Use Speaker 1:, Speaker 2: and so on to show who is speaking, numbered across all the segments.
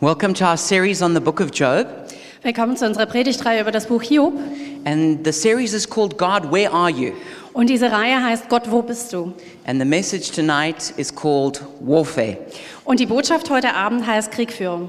Speaker 1: Welcome to our series on the book of Job.
Speaker 2: Willkommen zu unserer Predigtreihe über das Buch Hiob.
Speaker 1: And the series is called God, Where Are You?
Speaker 2: Und diese Reihe heißt Gott, wo bist du?
Speaker 1: And the message tonight is called Warfare.
Speaker 2: Und die Botschaft heute Abend heißt Kriegführung.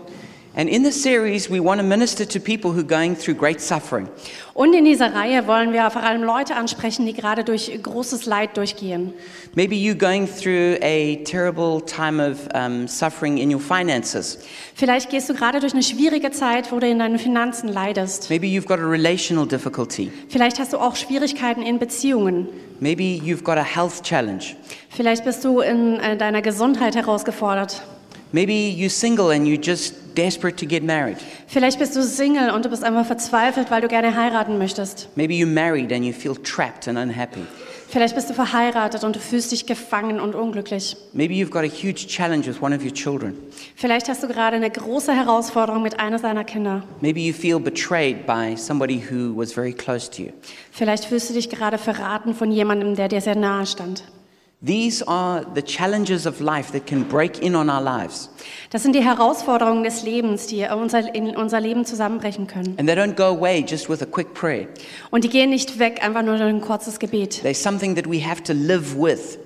Speaker 1: And in this series, we want to minister to people who are going through great suffering.
Speaker 2: Und in dieser Reihe wollen wir vor allem Leute ansprechen, die gerade durch großes Leid durchgehen.
Speaker 1: Maybe you're going through a terrible time of um, suffering in your finances.
Speaker 2: Vielleicht gehst du gerade durch eine schwierige Zeit, wo du in deinen Finanzen leidest.
Speaker 1: Maybe you've got a relational difficulty.
Speaker 2: Vielleicht hast du auch Schwierigkeiten in Beziehungen.
Speaker 1: Maybe you've got a health challenge.
Speaker 2: Vielleicht bist du in äh, deiner Gesundheit herausgefordert.
Speaker 1: Maybe you're single and you're just desperate to get married.
Speaker 2: Vielleicht bist du Single und du bist einfach verzweifelt, weil du gerne heiraten möchtest.
Speaker 1: Maybe you're married and you feel trapped and unhappy.
Speaker 2: Vielleicht bist du verheiratet und du fühlst dich gefangen und unglücklich.
Speaker 1: Maybe you've got a huge challenge with one of your children.
Speaker 2: Vielleicht hast du gerade eine große Herausforderung mit eines deiner Kinder.
Speaker 1: Maybe you feel betrayed by somebody who was very close to you.
Speaker 2: Vielleicht fühlst du dich gerade verraten von jemandem, der dir sehr nahe stand.
Speaker 1: These are the challenges of life that can break in on our lives.
Speaker 2: Das sind die Herausforderungen des Lebens, die unser, in unser Leben zusammenbrechen können.
Speaker 1: And they don't go away just with a quick prayer.
Speaker 2: Und die gehen nicht weg, einfach nur durch ein kurzes Gebet.
Speaker 1: They're something that we have to live with,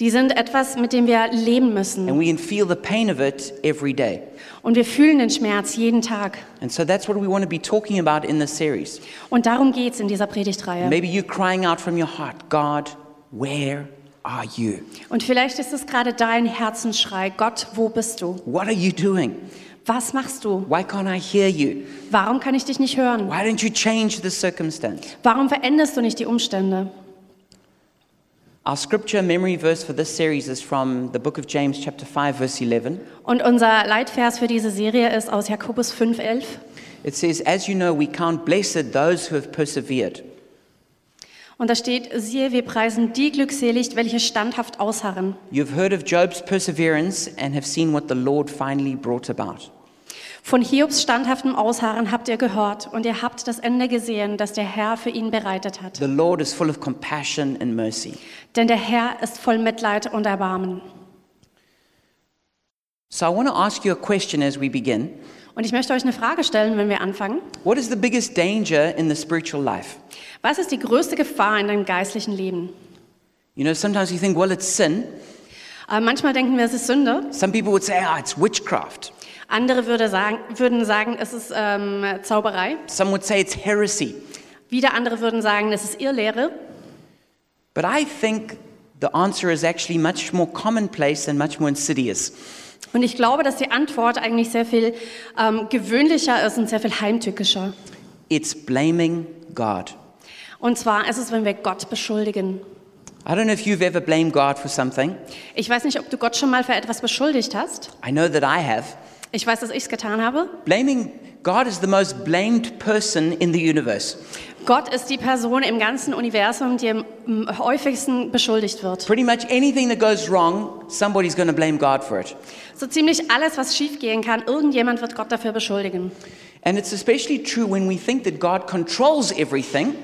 Speaker 2: Die sind etwas, mit dem wir leben müssen.
Speaker 1: and we can feel the pain of it every day.
Speaker 2: Und wir fühlen den Schmerz jeden Tag.
Speaker 1: And so that's what we want to be talking about in this series.
Speaker 2: Und darum geht es in dieser Predigtreihe.
Speaker 1: Maybe you're crying out from your heart, God, where are you?
Speaker 2: Und vielleicht ist es gerade dein Herzensschrei. Gott, wo bist du?
Speaker 1: What are you doing?
Speaker 2: Was machst du?
Speaker 1: Why can't I hear you?
Speaker 2: Warum kann ich dich nicht hören?
Speaker 1: Why don't you change the circumstance?
Speaker 2: Warum veränderst du nicht die Umstände?
Speaker 1: Our scripture memory verse for this series is from the book of James, chapter 5, verse 11.
Speaker 2: Und unser Leitvers für diese Serie ist aus Jakobus 5,11.
Speaker 1: It says, As you know, we count blessed those who have persevered.
Speaker 2: Und da steht: Siehe, wir preisen die glückselig, welche standhaft ausharren.
Speaker 1: You've heard of Job's perseverance and have seen what the Lord finally brought about.
Speaker 2: Von Hiobs standhaftem Ausharren habt ihr gehört und ihr habt das Ende gesehen, das der Herr für ihn bereitet hat.
Speaker 1: The Lord is full of compassion and mercy.
Speaker 2: Denn der Herr ist voll Mitleid und Erbarmen.
Speaker 1: So I want to ask you a question as we begin.
Speaker 2: Und ich möchte euch eine Frage stellen, wenn wir anfangen.
Speaker 1: What is the biggest danger in the spiritual life?
Speaker 2: Was ist die größte Gefahr in deinem geistlichen Leben?
Speaker 1: You know, sometimes you think, well, it's sin.
Speaker 2: Äh, manchmal denken wir, es ist Sünde.
Speaker 1: Some people would say, ah, it's witchcraft.
Speaker 2: Andere würde sagen, würden sagen, es ist ähm, Zauberei.
Speaker 1: Some would say it's heresy.
Speaker 2: Wieder andere würden sagen, es ist Irrlehre.
Speaker 1: But I think the answer is actually much more commonplace and much more insidious.
Speaker 2: Und ich glaube, dass die Antwort eigentlich sehr viel ähm, gewöhnlicher ist und sehr viel heimtückischer.
Speaker 1: It's blaming God.
Speaker 2: Und zwar ist es, wenn wir Gott beschuldigen.
Speaker 1: I don't know if you've ever blamed God for something.
Speaker 2: Ich weiß nicht, ob du Gott schon mal für etwas beschuldigt hast.
Speaker 1: I know that I have.
Speaker 2: Ich weiß, dass ich es getan habe.
Speaker 1: Blaming God is the most blamed person in the universe.
Speaker 2: Gott ist die Person im ganzen Universum, die am m, häufigsten beschuldigt wird.
Speaker 1: Pretty much anything that goes wrong, somebody's going to blame God for it.
Speaker 2: So ziemlich alles, was schiefgehen kann, irgendjemand wird Gott dafür beschuldigen.
Speaker 1: And it's especially true when we think that God controls everything.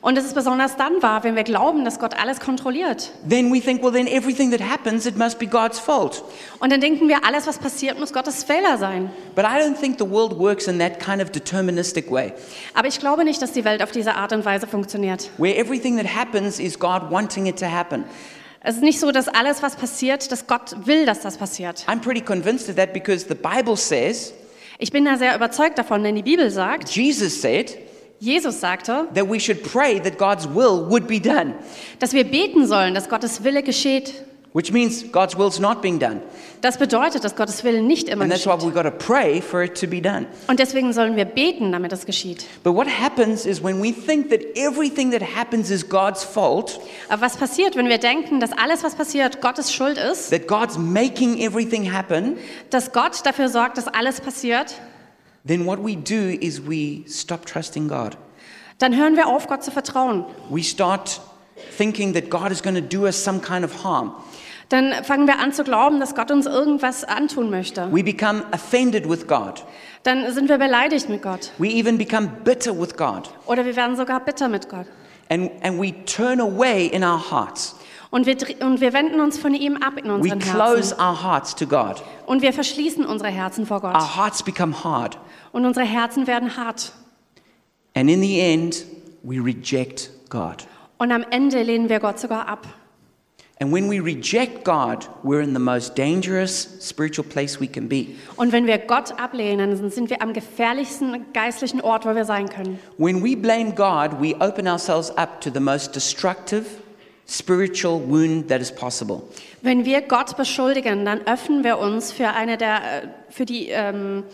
Speaker 2: Und es ist besonders dann wahr, wenn wir glauben, dass Gott alles kontrolliert.
Speaker 1: Then we think, well, then everything that happens, it must be God's fault.
Speaker 2: Und dann denken wir, alles, was passiert, muss Gottes Fehler sein.
Speaker 1: But I don't think the world works in that kind of deterministic way,
Speaker 2: Aber ich glaube nicht, dass die Welt auf diese Art und Weise funktioniert.
Speaker 1: where everything that happens is God wanting it to happen.
Speaker 2: Es ist nicht so, dass alles, was passiert, dass Gott will, dass das passiert.
Speaker 1: I'm pretty convinced of that because the Bible says,
Speaker 2: Ich bin da sehr überzeugt davon, denn die Bibel sagt,
Speaker 1: Jesus said,
Speaker 2: Jesus sagte,
Speaker 1: that we should pray that God's will would be done,
Speaker 2: dass wir beten sollen, dass Gottes Wille geschieht.
Speaker 1: which means God's will's not being done.
Speaker 2: Das bedeutet, dass Gottes Wille nicht immer
Speaker 1: And that's why
Speaker 2: geschieht.
Speaker 1: we've got to pray for it to be done.
Speaker 2: Und deswegen sollen wir beten, damit es geschieht.
Speaker 1: But what happens is when we think that everything that happens is God's fault,
Speaker 2: Aber was passiert, wenn wir denken, dass alles, was passiert, Gottes Schuld ist,
Speaker 1: that God's making everything happen,
Speaker 2: dass Gott dafür sorgt, dass alles passiert,
Speaker 1: then what we do is we stop trusting God.
Speaker 2: dann hören wir auf, Gott zu vertrauen.
Speaker 1: We start thinking that God is going to do us some kind of harm.
Speaker 2: Dann fangen wir an zu glauben, dass Gott uns irgendwas antun möchte.
Speaker 1: We become offended with God.
Speaker 2: Dann sind wir beleidigt mit Gott.
Speaker 1: We even become bitter with God.
Speaker 2: Oder wir werden sogar bitter mit Gott.
Speaker 1: And, and we turn away in our hearts.
Speaker 2: Und wir, dr- und wir wenden uns von ihm ab in
Speaker 1: We
Speaker 2: unseren
Speaker 1: close
Speaker 2: Herzen.
Speaker 1: our hearts to God.
Speaker 2: Und wir verschließen unsere Herzen vor
Speaker 1: Our
Speaker 2: Gott.
Speaker 1: hearts become hard.
Speaker 2: Und unsere Herzen werden hart.
Speaker 1: And in the end, we reject God.
Speaker 2: Und am Ende lehnen wir Gott sogar ab.
Speaker 1: And when we reject God, we're in the most dangerous spiritual place we can be.
Speaker 2: Und wenn wir Gott ablehnen, dann sind wir am gefährlichsten geistlichen Ort, wo wir sein können.
Speaker 1: When we blame God, we open ourselves up to the most destructive spiritual wound that is possible.
Speaker 2: Wenn wir Gott beschuldigen, dann öffnen wir uns für eine der, äh, für die ähm,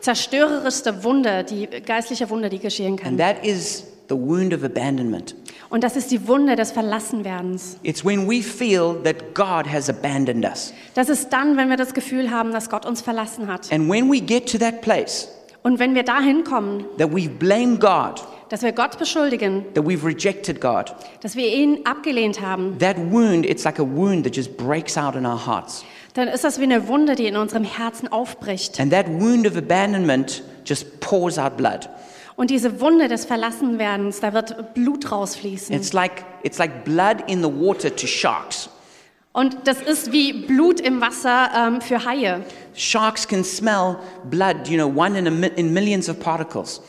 Speaker 2: zerstörerischste Wunde, die geistliche Wunde, die geschehen
Speaker 1: And
Speaker 2: kann.
Speaker 1: that is the wound of abandonment.
Speaker 2: Und das ist die Wunde des Verlassenwerdens.
Speaker 1: It's when we feel that God has abandoned us.
Speaker 2: Das ist dann, wenn wir das Gefühl haben, dass Gott uns verlassen hat.
Speaker 1: And when we get to that place
Speaker 2: Und wenn wir dahin kommen,
Speaker 1: that we've blamed God,
Speaker 2: dass wir Gott beschuldigen,
Speaker 1: that we've rejected God,
Speaker 2: dass wir ihn abgelehnt haben,
Speaker 1: that wound, it's like a wound that just breaks out in our hearts.
Speaker 2: dann ist das wie eine Wunde, die in unserem Herzen aufbricht.
Speaker 1: And that wound of abandonment just pours out blood.
Speaker 2: Und diese Wunde des Verlassenwerdens, da wird Blut rausfließen.
Speaker 1: It's like, it's like blood in the water to sharks.
Speaker 2: Und das ist wie Blut im Wasser ähm, für Haie.
Speaker 1: Sharks can smell blood, you know, one in, a mi- in millions of particles.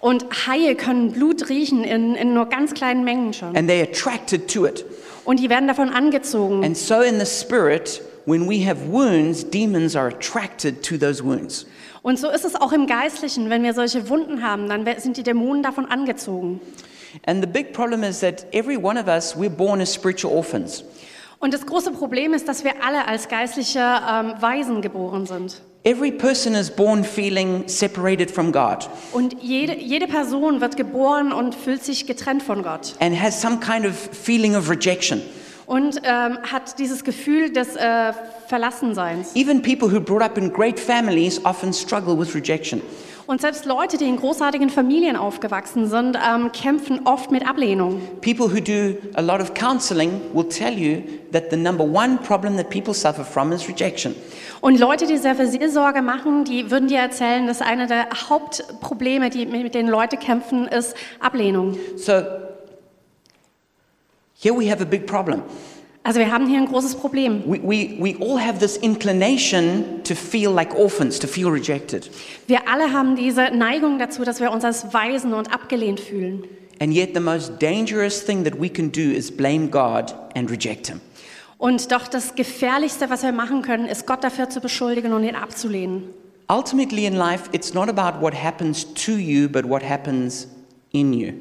Speaker 2: Und Haie können Blut riechen in, in nur ganz kleinen Mengen schon.
Speaker 1: And they're attracted to it.
Speaker 2: Und die werden davon angezogen.
Speaker 1: And so in the spirit, when we have wounds, demons are attracted to those wounds.
Speaker 2: Und so ist es auch im Geistlichen. Wenn wir solche Wunden haben, dann we- sind die Dämonen davon angezogen.
Speaker 1: And the big problem is that every one of us, we're born as spiritual orphans.
Speaker 2: Und das große Problem ist, dass wir alle als geistliche ähm, Waisen geboren sind.
Speaker 1: Every person is born feeling separated from God
Speaker 2: Und jede, jede Person wird geboren und fühlt sich getrennt von Gott.
Speaker 1: and has some kind of feeling of rejection.
Speaker 2: Und ähm, hat dieses Gefühl des äh, Verlassenseins.
Speaker 1: Even people who brought up in great families often struggle with rejection.
Speaker 2: Und selbst Leute, die in großartigen Familien aufgewachsen sind, ähm, kämpfen oft mit Ablehnung.
Speaker 1: People who do a lot of counseling will tell you that the number one problem that people suffer from is rejection.
Speaker 2: Und Leute, die sehr viel Seelsorge machen, die würden dir erzählen, dass einer der Hauptprobleme, die mit denen Leute kämpfen, ist Ablehnung.
Speaker 1: So here we have a big problem.
Speaker 2: Also wir haben hier ein großes Problem.
Speaker 1: We, we, we all have this inclination to feel like orphans, to feel rejected.
Speaker 2: Wir alle haben diese Neigung dazu, dass wir uns als Waisen und abgelehnt fühlen.
Speaker 1: And yet, the most dangerous thing that we can do is blame God and reject Him.
Speaker 2: Und doch das Gefährlichste, was wir machen können, ist Gott dafür zu beschuldigen und ihn abzulehnen.
Speaker 1: Ultimately, in life, it's not about what happens to you, but what happens in you.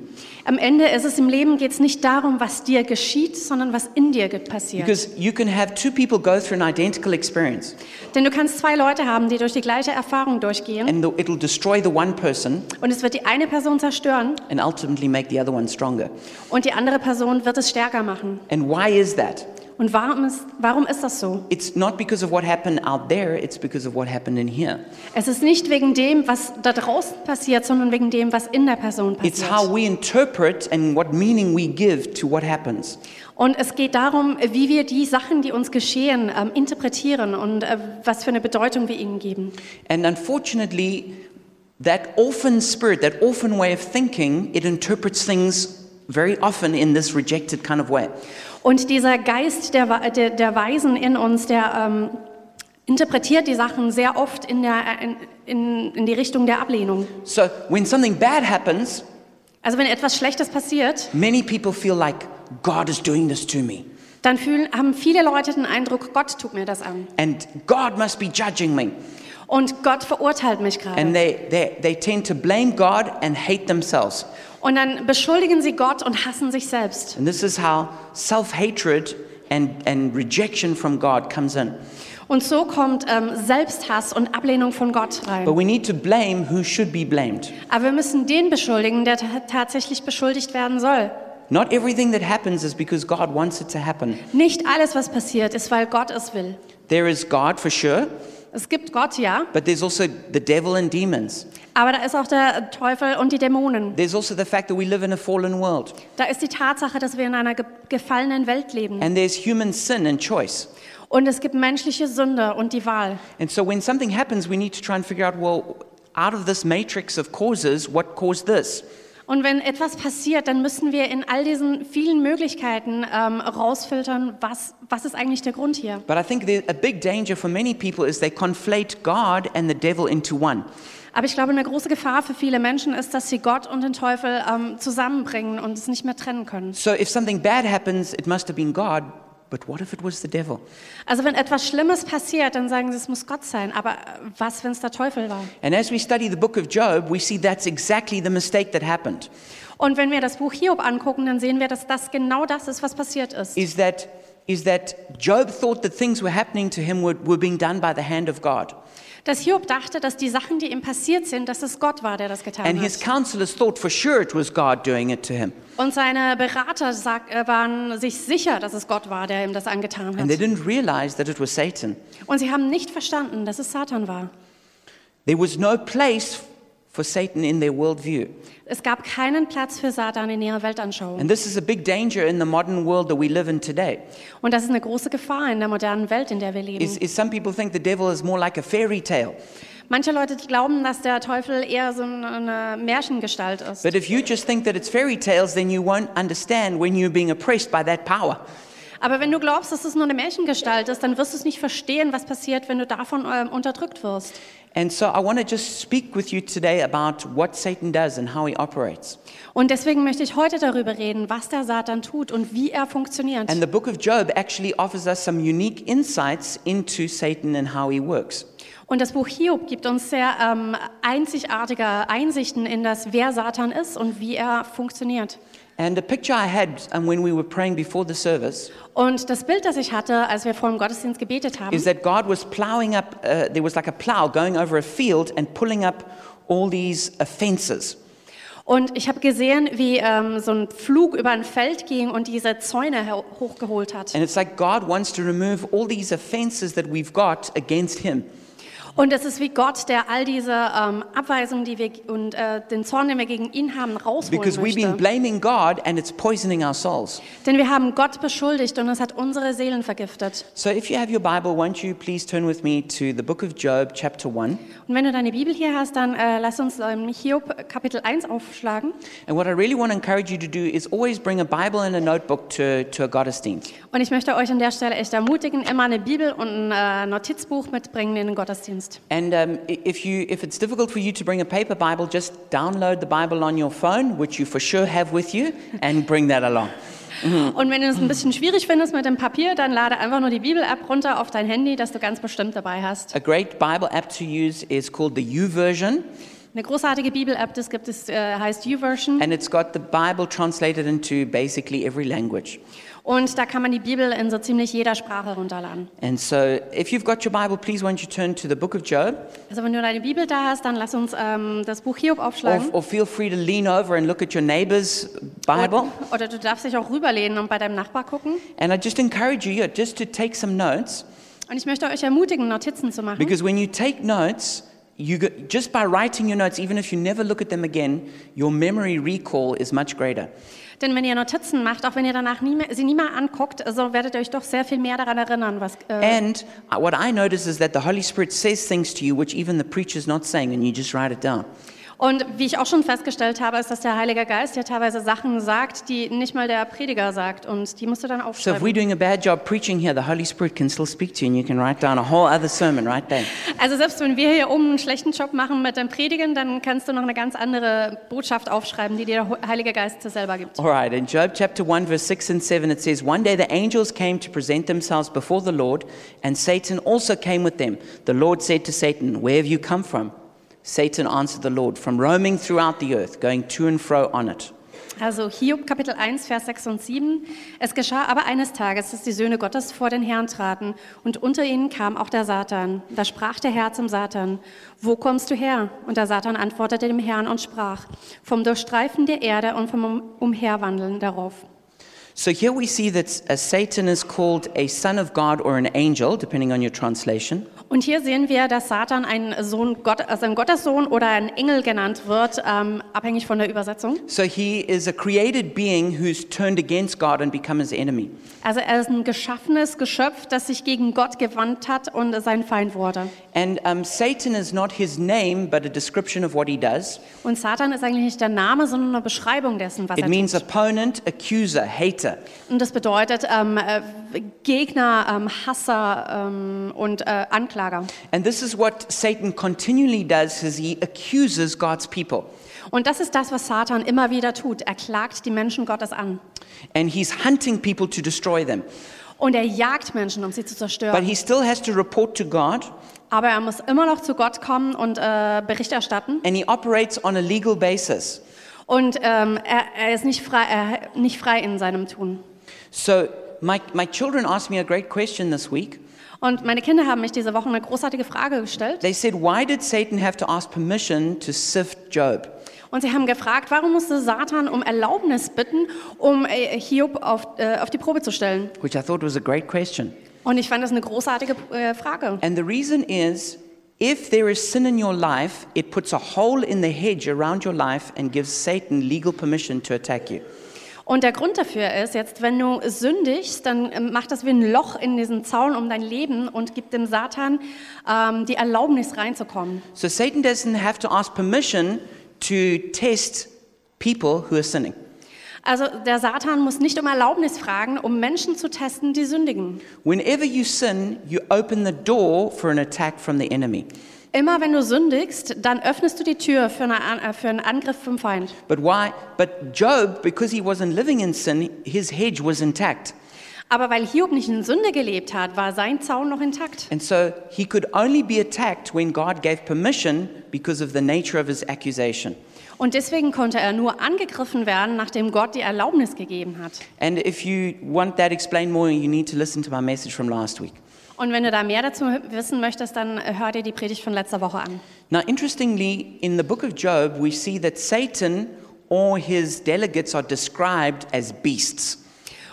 Speaker 2: Am Ende ist es im Leben geht es nicht darum, was dir geschieht, sondern was in dir ge- passiert.
Speaker 1: Because you can have two people go through an identical experience,
Speaker 2: Denn du kannst zwei Leute haben, die durch die gleiche Erfahrung durchgehen
Speaker 1: and the, it'll destroy the one person
Speaker 2: und es wird die eine Person zerstören
Speaker 1: and ultimately make the other one stronger.
Speaker 2: und die andere Person wird es stärker machen.
Speaker 1: And why is that?
Speaker 2: Und warum ist, warum ist das so?
Speaker 1: It's not because of what happened out there, it's because of what happened in here.
Speaker 2: Es ist nicht wegen dem, was da draußen passiert, sondern wegen dem, was in der Person
Speaker 1: It's how
Speaker 2: passiert.
Speaker 1: we interpret and what meaning we give to what happens.
Speaker 2: Und es geht darum, wie wir die Sachen, die uns geschehen, ähm, interpretieren und äh, was für eine Bedeutung wir ihnen geben.
Speaker 1: And unfortunately, that orphan spirit, that orphan way of thinking, it interprets things very often in this rejected kind of way.
Speaker 2: Und dieser Geist der, Wa- der, der Weisen in uns, der ähm, interpretiert die Sachen sehr oft in, der, in, in, in die Richtung der Ablehnung.
Speaker 1: So when something bad happens,
Speaker 2: Also wenn etwas Schlechtes passiert,
Speaker 1: many people feel like God is doing this to me,
Speaker 2: dann fühlen, haben viele Leute den Eindruck, Gott tut mir das an.
Speaker 1: and God must be judging me.
Speaker 2: Und Gott verurteilt mich gerade.
Speaker 1: And they, they, they tend to blame God and hate themselves.
Speaker 2: Und dann beschuldigen sie Gott und hassen sich selbst.
Speaker 1: And this is how self hatred and, and rejection from God comes in.
Speaker 2: Und so kommt ähm, Selbsthass und Ablehnung von Gott
Speaker 1: But
Speaker 2: rein.
Speaker 1: we need to blame who should be blamed.
Speaker 2: Aber wir müssen den beschuldigen, der ta- tatsächlich beschuldigt werden soll.
Speaker 1: Not everything that happens is because God wants it to happen.
Speaker 2: Nicht alles, was passiert, ist, weil Gott es will.
Speaker 1: There is God for sure,
Speaker 2: Es gibt Gott, ja,
Speaker 1: but there's also the devil and demons.
Speaker 2: aber da ist auch der Teufel und die Dämonen.
Speaker 1: There's also the fact that we live in a fallen world,
Speaker 2: Da ist die Tatsache, dass wir in einer ge gefallenen Welt leben.
Speaker 1: and there's human sin and choice.
Speaker 2: Und es gibt menschliche Sünde und die Wahl.
Speaker 1: And so when something happens, we need to try and figure out well, out of this matrix of causes, what caused this?
Speaker 2: Und wenn etwas passiert, dann müssen wir in all diesen vielen Möglichkeiten ähm, rausfiltern, was, was ist eigentlich der Grund hier.
Speaker 1: But I think the, a big danger for many people is they conflate God and the devil into one.
Speaker 2: Aber ich glaube, eine große Gefahr für viele Menschen ist, dass sie Gott und den Teufel ähm, zusammenbringen und es nicht mehr trennen können.
Speaker 1: So if something bad happens, it must have been God, but what if it was the devil?
Speaker 2: Also wenn etwas Schlimmes passiert, dann sagen sie, es muss Gott sein. Aber äh, was, wenn es der Teufel war?
Speaker 1: And as we study the book of Job, we see that's exactly the mistake that happened.
Speaker 2: Und wenn wir das Buch Hiob angucken, dann sehen wir, dass das genau das ist, was passiert ist.
Speaker 1: Is that is that Job thought that things were happening to him were, were being done by the hand of God.
Speaker 2: Dass Hiob dachte, dass die Sachen, die ihm passiert sind, dass es Gott war, der das getan
Speaker 1: And his
Speaker 2: hat.
Speaker 1: counselors thought for sure it was God doing it to him.
Speaker 2: Und seine Berater sag, äh, waren sich sicher, dass es Gott war, der ihm das angetan
Speaker 1: And they
Speaker 2: hat.
Speaker 1: didn't realize that it was Satan.
Speaker 2: Und sie haben nicht verstanden, dass es Satan war.
Speaker 1: There was no place for Satan in their worldview.
Speaker 2: Es gab keinen Platz für Satan in ihrer Weltanschauung.
Speaker 1: And this is a big danger in the modern world that we live in today.
Speaker 2: Und das ist eine große Gefahr in der modernen Welt, in der wir
Speaker 1: Is,
Speaker 2: leben.
Speaker 1: is some people think the devil is more like a fairy tale.
Speaker 2: Manche Leute glauben, dass der Teufel eher so eine Märchengestalt ist.
Speaker 1: But if you just think that it's fairy tales, then you won't understand when you're being oppressed by that power.
Speaker 2: Aber wenn du glaubst, dass es nur eine Märchengestalt ist, dann wirst du es nicht verstehen, was passiert, wenn du davon ähm, unterdrückt wirst.
Speaker 1: And so I want to just speak with you today about what Satan does and how he operates.
Speaker 2: Und deswegen möchte ich heute darüber reden, was der Satan tut und wie er funktioniert.
Speaker 1: And the book of Job actually offers us some unique insights into Satan and how he works.
Speaker 2: Und das Buch Hiob gibt uns sehr ähm, einzigartige Einsichten in das, wer Satan ist und wie er funktioniert.
Speaker 1: And the picture I had um, when we were praying before the service
Speaker 2: Und das Bild, das ich hatte, als wir vor dem Gottesdienst gebetet haben,
Speaker 1: is that God was plowing up, uh, there was like a plow going over a field and pulling up all these offenses.
Speaker 2: Und ich habe gesehen, wie ähm, so ein Pflug über ein Feld ging und diese Zäune her- hochgeholt hat.
Speaker 1: And it's like God wants to remove all these offenses that we've got against him.
Speaker 2: Und es ist wie Gott, der all diese ähm, Abweisungen, die wir und äh, den Zorn, den wir gegen ihn haben, rausholen
Speaker 1: Because we've been
Speaker 2: möchte.
Speaker 1: blaming God and it's poisoning our souls.
Speaker 2: Denn wir haben Gott beschuldigt und es hat unsere Seelen vergiftet.
Speaker 1: So if you have your Bible, won't you please turn with me to the book of Job, chapter 1.
Speaker 2: Und wenn du deine Bibel hier hast, dann äh, lass uns ähm, Hiob Kapitel 1 aufschlagen.
Speaker 1: And what I really want to encourage you to do is always bring a Bible and a notebook to, to a Gottesdienst.
Speaker 2: Und ich möchte euch an der Stelle echt ermutigen, immer eine Bibel und ein äh, Notizbuch mitbringen in den Gottesdienst.
Speaker 1: And um, i- if, you, if it's difficult for you to bring a paper Bible, just download the Bible on your phone, which you for sure have with you, and bring that along.
Speaker 2: Und wenn du es ein bisschen schwierig findest mit dem Papier, dann lade einfach nur die Bibel-App runter auf dein Handy, das du ganz bestimmt dabei hast.
Speaker 1: A great Bible app to use is called the U Version,
Speaker 2: Eine großartige Bibel-App, das gibt es, äh, heißt YouVersion.
Speaker 1: and it's got the Bible translated into basically every language.
Speaker 2: Und da kann man die Bibel in so ziemlich jeder Sprache runterladen.
Speaker 1: And so if you've got your Bible, please won't you turn to the book of Job,
Speaker 2: Also wenn du deine Bibel da hast, dann lass uns ähm, das Buch Hiob
Speaker 1: or,
Speaker 2: aufschlagen.
Speaker 1: or feel free to lean over and look at your neighbor's Bible.
Speaker 2: Oder, oder du darfst dich auch rüberlehnen und bei deinem Nachbar gucken.
Speaker 1: And I just encourage you yeah, just to take some notes.
Speaker 2: Und ich möchte euch ermutigen, Notizen zu machen.
Speaker 1: Because when you take notes, you go, just by writing your notes, even if you never look at them again, your memory recall is much greater.
Speaker 2: Denn wenn ihr Notizen macht, auch wenn ihr danach nie mehr, sie nie mehr anguckt, so werdet ihr euch doch sehr viel mehr daran erinnern, was, äh,
Speaker 1: And uh, what I notice is that the Holy Spirit says things to you which even the preacher's not saying, and you just write it down.
Speaker 2: Und wie ich auch schon festgestellt habe, ist, dass der Heilige Geist ja teilweise Sachen sagt, die nicht mal der Prediger sagt. Und die musst du dann
Speaker 1: So if we're
Speaker 2: aufschreiben.
Speaker 1: doing a bad job preaching here, the Holy Spirit can still speak to you, and you can write down a whole other sermon right there.
Speaker 2: Also selbst wenn wir hier oben einen schlechten Job machen mit dem Predigen, dann kannst du noch eine ganz andere Botschaft aufschreiben, die dir der Heilige Geist dir selber gibt.
Speaker 1: All right, in Job chapter 1, verse 6 and 7, it says, One day the angels came to present themselves before the Lord, and Satan also came with them. The Lord said to Satan, Where have you come from? Satan answered the Lord, From roaming throughout the earth, going to and fro on it.
Speaker 2: Also Hiob Kapitel 1, Vers 6 und 7. Es geschah aber eines Tages, dass die Söhne Gottes vor den Herrn traten, und unter ihnen kam auch der Satan. Da sprach der Herr zum Satan, wo kommst du her? Und der Satan antwortete dem Herrn und sprach, vom Durchstreifen der Erde und vom Um- Umherwandeln darauf.
Speaker 1: So here we see that uh, Satan is called a son of God or an angel, depending on your translation.
Speaker 2: Und hier sehen wir, dass Satan ein Sohn Gott, also ein Gottessohn oder ein Engel genannt wird, ähm, abhängig von der Übersetzung.
Speaker 1: So he is a created being who's turned against God and become his enemy.
Speaker 2: Also er ist ein geschaffenes Geschöpf, das sich gegen Gott gewandt hat und sein Feind wurde.
Speaker 1: And um, Satan is not his name, but a description of what he does.
Speaker 2: Und Satan ist eigentlich nicht der Name, sondern eine Beschreibung dessen, was
Speaker 1: It
Speaker 2: er
Speaker 1: means
Speaker 2: tut.
Speaker 1: opponent, accuser, hater.
Speaker 2: Und das bedeutet ähm, äh, Gegner, ähm, Hasser ähm, und äh, Anklager.
Speaker 1: And this is what Satan continually does is he accuses God's people.
Speaker 2: Und das ist das, was Satan immer wieder tut. Er klagt die Menschen Gottes an.
Speaker 1: And he's hunting people to destroy them.
Speaker 2: Und er jagt Menschen, um sie zu
Speaker 1: But
Speaker 2: zerstören.
Speaker 1: he still has to report to God
Speaker 2: Aber er muss immer noch zu Gott kommen und äh, Bericht erstatten.
Speaker 1: and he operates on a legal basis.
Speaker 2: Und ähm, er, er ist nicht frei, er, nicht frei in seinem Tun.
Speaker 1: So my, my children asked me a great question this week.
Speaker 2: Und meine Kinder haben mich diese Woche eine großartige Frage gestellt.
Speaker 1: They said, Why did Satan have to ask permission to sift Job?
Speaker 2: Und sie haben gefragt, warum musste Satan um Erlaubnis bitten, um äh, Hiob auf, äh, auf die Probe zu stellen?
Speaker 1: Which I thought was a great question.
Speaker 2: Und ich fand das eine großartige äh, Frage.
Speaker 1: And the reason is if there is sin in your life, it puts a hole in the hedge around your life and gives Satan legal permission to attack you.
Speaker 2: Und der Grund dafür ist jetzt, wenn du sündigst, dann ähm, macht das wie ein Loch in diesen Zaun um dein Leben und gibt dem Satan ähm, die Erlaubnis reinzukommen.
Speaker 1: So Satan doesn't have to ask permission to test people who are sinning,
Speaker 2: Also der Satan muss nicht um Erlaubnis fragen, um Menschen zu testen, die sündigen.
Speaker 1: Whenever you sin, you open the door for an attack from the enemy.
Speaker 2: Immer wenn du sündigst, dann öffnest du die Tür für, eine, An- äh, für einen Angriff vom Feind.
Speaker 1: But why? But Job, because he wasn't living in sin, his hedge was intact.
Speaker 2: Aber weil Hiob nicht in Sünde gelebt hat, war sein Zaun noch intakt.
Speaker 1: And so he could only be attacked when God gave permission because of the nature of his accusation.
Speaker 2: Und deswegen konnte er nur angegriffen werden, nachdem Gott die Erlaubnis gegeben hat.
Speaker 1: And if you want that explained more, you need to listen to my message from last week.
Speaker 2: Und wenn du da mehr dazu wissen möchtest, dann hör dir die Predigt von letzter Woche an.
Speaker 1: Now, interestingly, in the book of Job, we see that Satan or his delegates are described as beasts.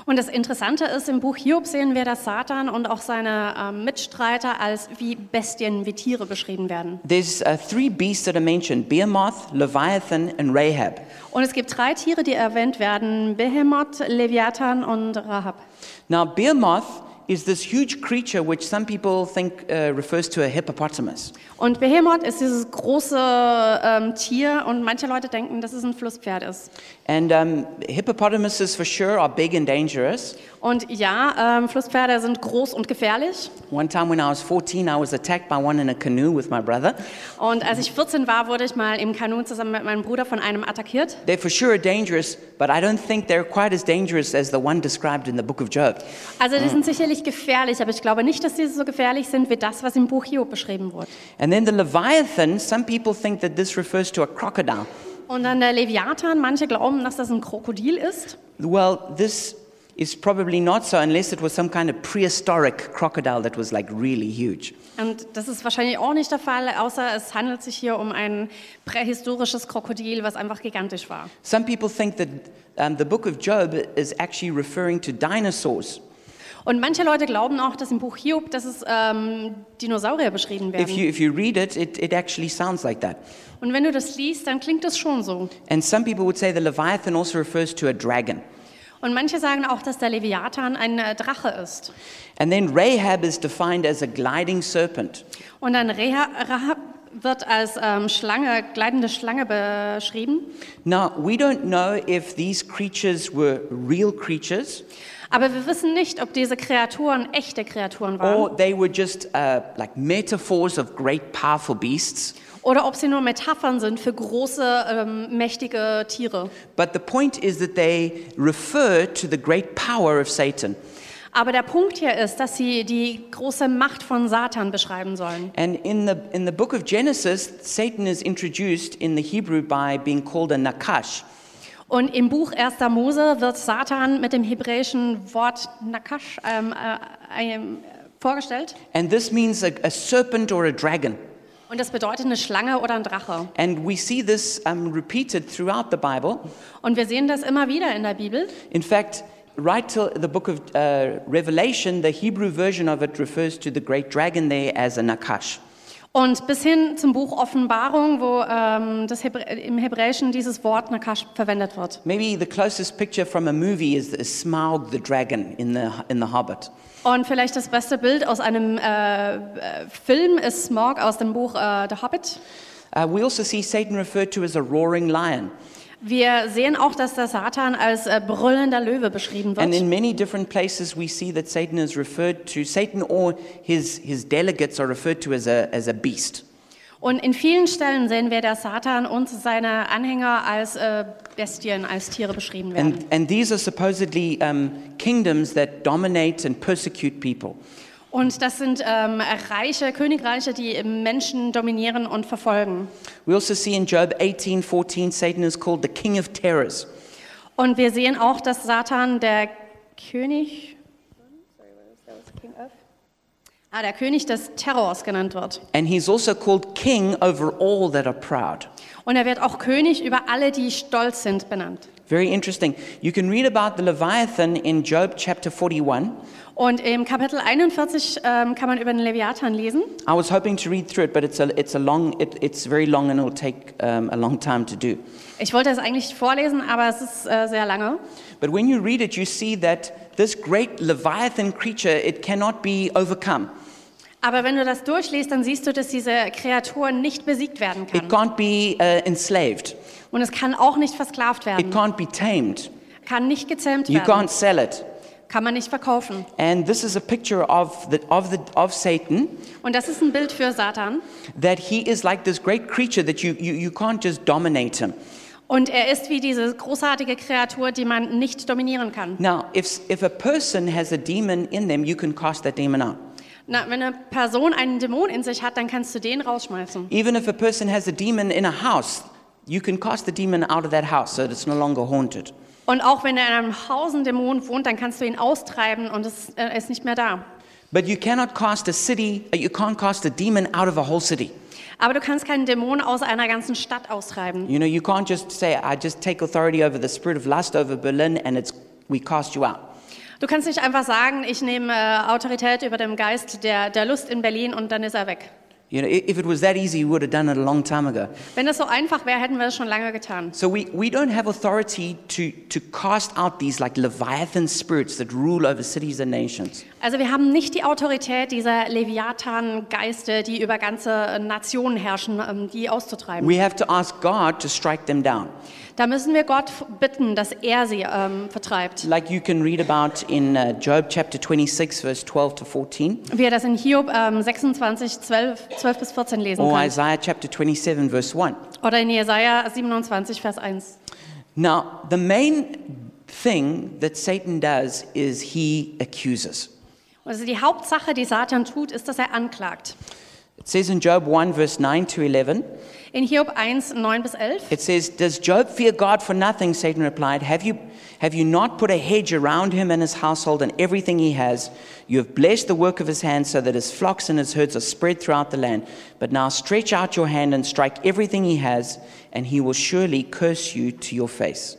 Speaker 2: Und das Interessante ist, im Buch Hiob sehen wir, dass Satan und auch seine ähm, Mitstreiter als wie Bestien, wie Tiere beschrieben werden.
Speaker 1: There's uh, three beasts that are mentioned Behemoth, Leviathan, and Rahab.
Speaker 2: Und es gibt drei Tiere, die erwähnt werden: Behemoth, Leviathan und Rahab.
Speaker 1: Now, Behemoth is this huge creature which some people think uh, refers to a hippopotamus.
Speaker 2: Und Behemoth ist dieses große ähm, Tier und manche Leute denken, dass es ein Flusspferd ist.
Speaker 1: And um, hippopotamuses, for sure, are big and dangerous.
Speaker 2: Und ja, ähm, Flusspferde sind groß und gefährlich.
Speaker 1: One time when I was 14, I was attacked by one in a canoe with my brother.
Speaker 2: Und als ich 14 war, wurde ich mal im Kanu zusammen mit meinem Bruder von einem attackiert.
Speaker 1: They for sure are dangerous, but I don't think they're quite as dangerous as the one described in the book of Job.
Speaker 2: Also
Speaker 1: Ah.
Speaker 2: die sind sicherlich gefährlich, aber ich glaube nicht, dass sie so gefährlich sind wie das, was im Buch Hiob beschrieben wurde.
Speaker 1: And then the Leviathan, some people think that this refers to a crocodile.
Speaker 2: Und dann der Leviathan, manche glauben, dass das ein Krokodil ist.
Speaker 1: Well, this is probably not so unless it was some kind of prehistoric crocodile that was like really huge.
Speaker 2: Und das ist wahrscheinlich auch nicht der Fall, außer es handelt sich hier um ein prähistorisches Krokodil, was einfach gigantisch war.
Speaker 1: Some people think that um, the book of Job is actually referring to dinosaurs.
Speaker 2: Und manche Leute glauben auch, dass im Buch Hiob, dass es ähm, Dinosaurier beschrieben
Speaker 1: If
Speaker 2: werden.
Speaker 1: you, if you read it, it, it actually sounds like that.
Speaker 2: Und wenn du das liest, dann klingt das schon so.
Speaker 1: And some people would say the Leviathan also refers to a dragon.
Speaker 2: Und manche sagen auch, dass der Leviathan ein äh, Drache ist.
Speaker 1: And then Rahab is defined as a gliding serpent.
Speaker 2: Und dann Reha, Rahab wird als ähm, Schlange, gleitende Schlange beschrieben.
Speaker 1: Now, we don't know if these creatures were real creatures
Speaker 2: Aber wir wissen nicht, ob diese Kreaturen echte Kreaturen waren
Speaker 1: or they were just uh, like metaphors of great, powerful beasts.
Speaker 2: oder ob sie nur Metaphern sind für große, ähm, mächtige Tiere.
Speaker 1: But the point is that they refer to the great power of Satan.
Speaker 2: Aber der Punkt hier ist, dass sie die große Macht von Satan beschreiben sollen.
Speaker 1: And in the, in the book of Genesis, Satan is introduced in the Hebrew by being called a nakash.
Speaker 2: Und im Buch 1. Mose wird Satan mit dem hebräischen Wort Nakash ähm, äh, ähm, vorgestellt.
Speaker 1: And this means a, a serpent or a dragon.
Speaker 2: Und das bedeutet eine Schlange oder ein Drache.
Speaker 1: And we see this um, repeated throughout the Bible.
Speaker 2: Und wir sehen das immer wieder in der Bibel.
Speaker 1: In fact, right till the book of uh, Revelation, the Hebrew version of it refers to the great dragon there as a Nakash.
Speaker 2: Und bis hin zum Buch Offenbarung, wo ähm, das Hebra im Hebräischen dieses Wort Nakash verwendet wird.
Speaker 1: Maybe the closest picture from a movie is, is Smaug the dragon in the, in the Hobbit.
Speaker 2: Und vielleicht das beste Bild aus einem äh, äh, Film ist Smog aus dem Buch äh, The Hobbit.
Speaker 1: Uh, we also see Satan referred to as a roaring lion.
Speaker 2: Wir sehen auch, dass der Satan als äh, brüllender Löwe beschrieben
Speaker 1: And
Speaker 2: wird.
Speaker 1: in many different places, we see that Satan is referred to, Satan or his, his delegates are referred to as a, as a beast.
Speaker 2: Und in vielen Stellen sehen wir, dass Satan und seine Anhänger als äh, Bestien, als Tiere beschrieben werden.
Speaker 1: And, and these are supposedly um, kingdoms that dominate and persecute people.
Speaker 2: Und das sind ähm, reiche Königreiche, die Menschen dominieren und verfolgen.
Speaker 1: We also see in Job 18 14, Satan is called the king of terrors.
Speaker 2: Und wir sehen auch, dass Satan der König, ah, der König des Terrors genannt wird.
Speaker 1: And he's also called king over all that are proud.
Speaker 2: Und er wird auch König über alle, die stolz sind, benannt.
Speaker 1: Very interesting. You can read about the Leviathan in Job chapter 41.
Speaker 2: Und im Kapitel 41 ähm, kann man über den Leviathan lesen.
Speaker 1: I was hoping to read through it, but it's a, it's a long, it, it's very long and it'll take um, a long time to do.
Speaker 2: Ich wollte es eigentlich vorlesen, aber es ist äh, sehr lange.
Speaker 1: But when you read it, you see that this great Leviathan creature, it cannot be overcome.
Speaker 2: Aber wenn du das durchliest, dann siehst du, dass diese Kreatur nicht besiegt werden
Speaker 1: It
Speaker 2: kann.
Speaker 1: can't be uh, enslaved.
Speaker 2: Und es kann auch nicht versklavt
Speaker 1: It
Speaker 2: werden,
Speaker 1: can't be tamed.
Speaker 2: kann nicht gezähmt
Speaker 1: You
Speaker 2: werden,
Speaker 1: can't sell it.
Speaker 2: kann man nicht verkaufen.
Speaker 1: And this is a picture of, the, of, the, of Satan,
Speaker 2: Und das ist ein Bild für Satan.
Speaker 1: that he is like this great creature that you, you, you can't just dominate him.
Speaker 2: Und er ist wie diese großartige Kreatur, die man nicht dominieren kann.
Speaker 1: Now, if, if a person has a demon in them, you can cast that demon out.
Speaker 2: Na, wenn eine Person einen Dämon in sich hat, dann kannst du den rausschmeißen.
Speaker 1: Even if a person has a demon in a house, you can cast the demon out of that house so that it's no longer haunted.
Speaker 2: Und auch wenn er in einem Haus ein Dämon wohnt, dann kannst du ihn austreiben und es äh, er ist nicht mehr da.
Speaker 1: But you cannot cast a city, uh, you can't cast a demon out of a whole city.
Speaker 2: Aber du kannst keinen Dämon aus einer ganzen Stadt austreiben.
Speaker 1: You know, you can't just say, I just take authority over the spirit of lust over Berlin and it's, we cast you out.
Speaker 2: Du kannst nicht einfach sagen, ich nehme äh, Autorität über den Geist der, der Lust in Berlin und dann ist er weg.
Speaker 1: You know, i- if it was that easy, we would have done it a long time ago.
Speaker 2: Wenn das so einfach wäre, hätten wir das schon lange getan.
Speaker 1: So we, we don't have authority to, to cast out these like Leviathan spirits that rule over cities and nations.
Speaker 2: Also wir haben nicht die Autorität dieser Leviathan-Geiste, die über ganze Nationen herrschen, ähm, die auszutreiben.
Speaker 1: We have to ask God to strike them down.
Speaker 2: Da müssen wir Gott bitten, dass er sie ähm, vertreibt.
Speaker 1: Like you can read about in uh, Job chapter 26, verse 12 to 14,
Speaker 2: Wie er das in Hiob ähm, 26, 12, 12 bis 14 lesen
Speaker 1: or
Speaker 2: kann.
Speaker 1: Isaiah chapter 27, verse 1.
Speaker 2: Oder in Jesaja 27, Vers 1.
Speaker 1: Now, the main thing that Satan does is he accuses.
Speaker 2: Also die Hauptsache, die Satan tut, ist, dass er anklagt.
Speaker 1: It says in Job 1, verse 9 to 11,
Speaker 2: In Hiob 1, 9 bis 11.
Speaker 1: it says, Does Job fear God for nothing? Satan replied, Have you, have you not put a hedge around him and his household and everything he has? You have blessed the work of his hands so that his flocks and his herds are spread throughout the land. But now stretch out your hand and strike everything he has, and he will surely curse you to your face.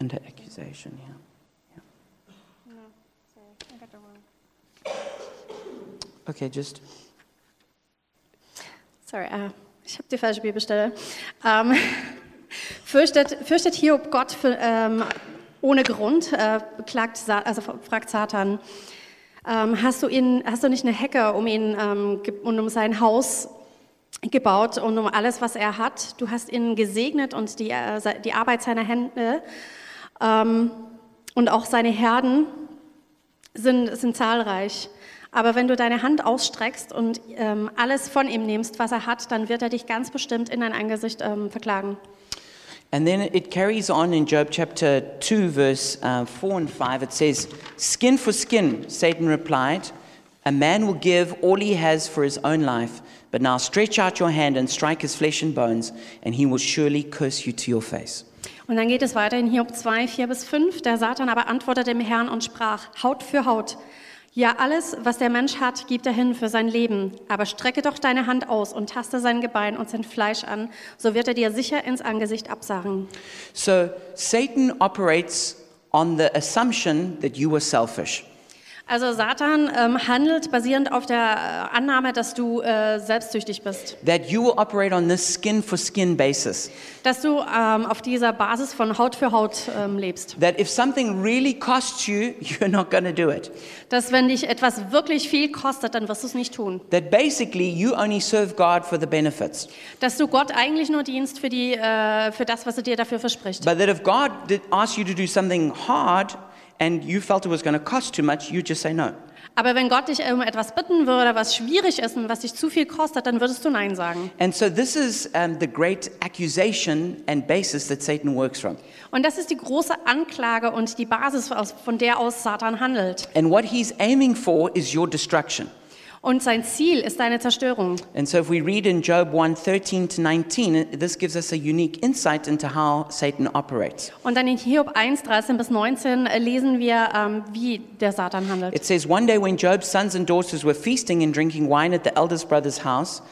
Speaker 1: Under accusation, yeah. Okay, just.
Speaker 2: Sorry, ah, ich habe die falsche Bibelstelle. Ähm, fürchtet, fürchtet Hiob Gott für, ähm, ohne Grund, äh, klagt Sa also fragt Satan, ähm, hast, du ihn, hast du nicht eine Hecke um ihn ähm, ge- und um sein Haus gebaut und um alles, was er hat? Du hast ihn gesegnet und die, äh, se- die Arbeit seiner Hände ähm, und auch seine Herden sind, sind zahlreich. Aber wenn du deine Hand ausstreckst und ähm, alles von ihm nimmst, was er hat, dann wird er dich ganz bestimmt in dein Angesicht ähm, verklagen.
Speaker 1: And then it carries on in Job chapter 2, verse uh, 4 and 5. It says, Skin for skin, Satan replied, A man will give all he has for his own life, but now stretch out your hand and strike his flesh and bones, and he will surely curse you to your face.
Speaker 2: Und dann geht es weiter in Hiob 2, 4 bis 5. Der Satan aber antwortete dem Herrn und sprach, Haut für Haut. Ja, alles, was der Mensch hat, gibt er hin für sein Leben. Aber strecke doch deine Hand aus und taste sein Gebein und sein Fleisch an, so wird er dir sicher ins Angesicht absagen.
Speaker 1: So Satan operates on the assumption that you were selfish.
Speaker 2: Also Satan ähm, handelt basierend auf der äh, Annahme, dass du äh, selbstsüchtig bist,
Speaker 1: that you will operate on this skin for skin basis.
Speaker 2: dass du ähm, auf dieser Basis von Haut für Haut ähm, lebst,
Speaker 1: That if something really costs you, you're not going to do it.
Speaker 2: dass wenn dich etwas wirklich viel kostet, dann wirst du es nicht tun,
Speaker 1: That basically you only serve God for the benefits.
Speaker 2: dass du Gott eigentlich nur dienst für, die, äh, für das, was er dir dafür verspricht.
Speaker 1: But that if God did asked you to do something hard and you felt it was going to cost too much, you just say no.
Speaker 2: Aber wenn Gott dich um etwas bitten würde, was schwierig ist und was dich zu viel kostet, dann würdest du Nein sagen.
Speaker 1: And so this is um, the great accusation and basis that Satan works from.
Speaker 2: Und das ist die große Anklage und die Basis, aus- von der aus Satan handelt.
Speaker 1: And what he's aiming for is your destruction.
Speaker 2: Und sein Ziel ist deine Zerstörung.
Speaker 1: And so if we read in Job 1 13 to 19, this gives us a unique insight into how Satan operates.
Speaker 2: Und dann in Hiob 1, 13 bis 19 lesen wir, ähm, wie der Satan handelt.
Speaker 1: It says, One day when Job's sons and daughters were feasting and drinking wine at the eldest brother's house,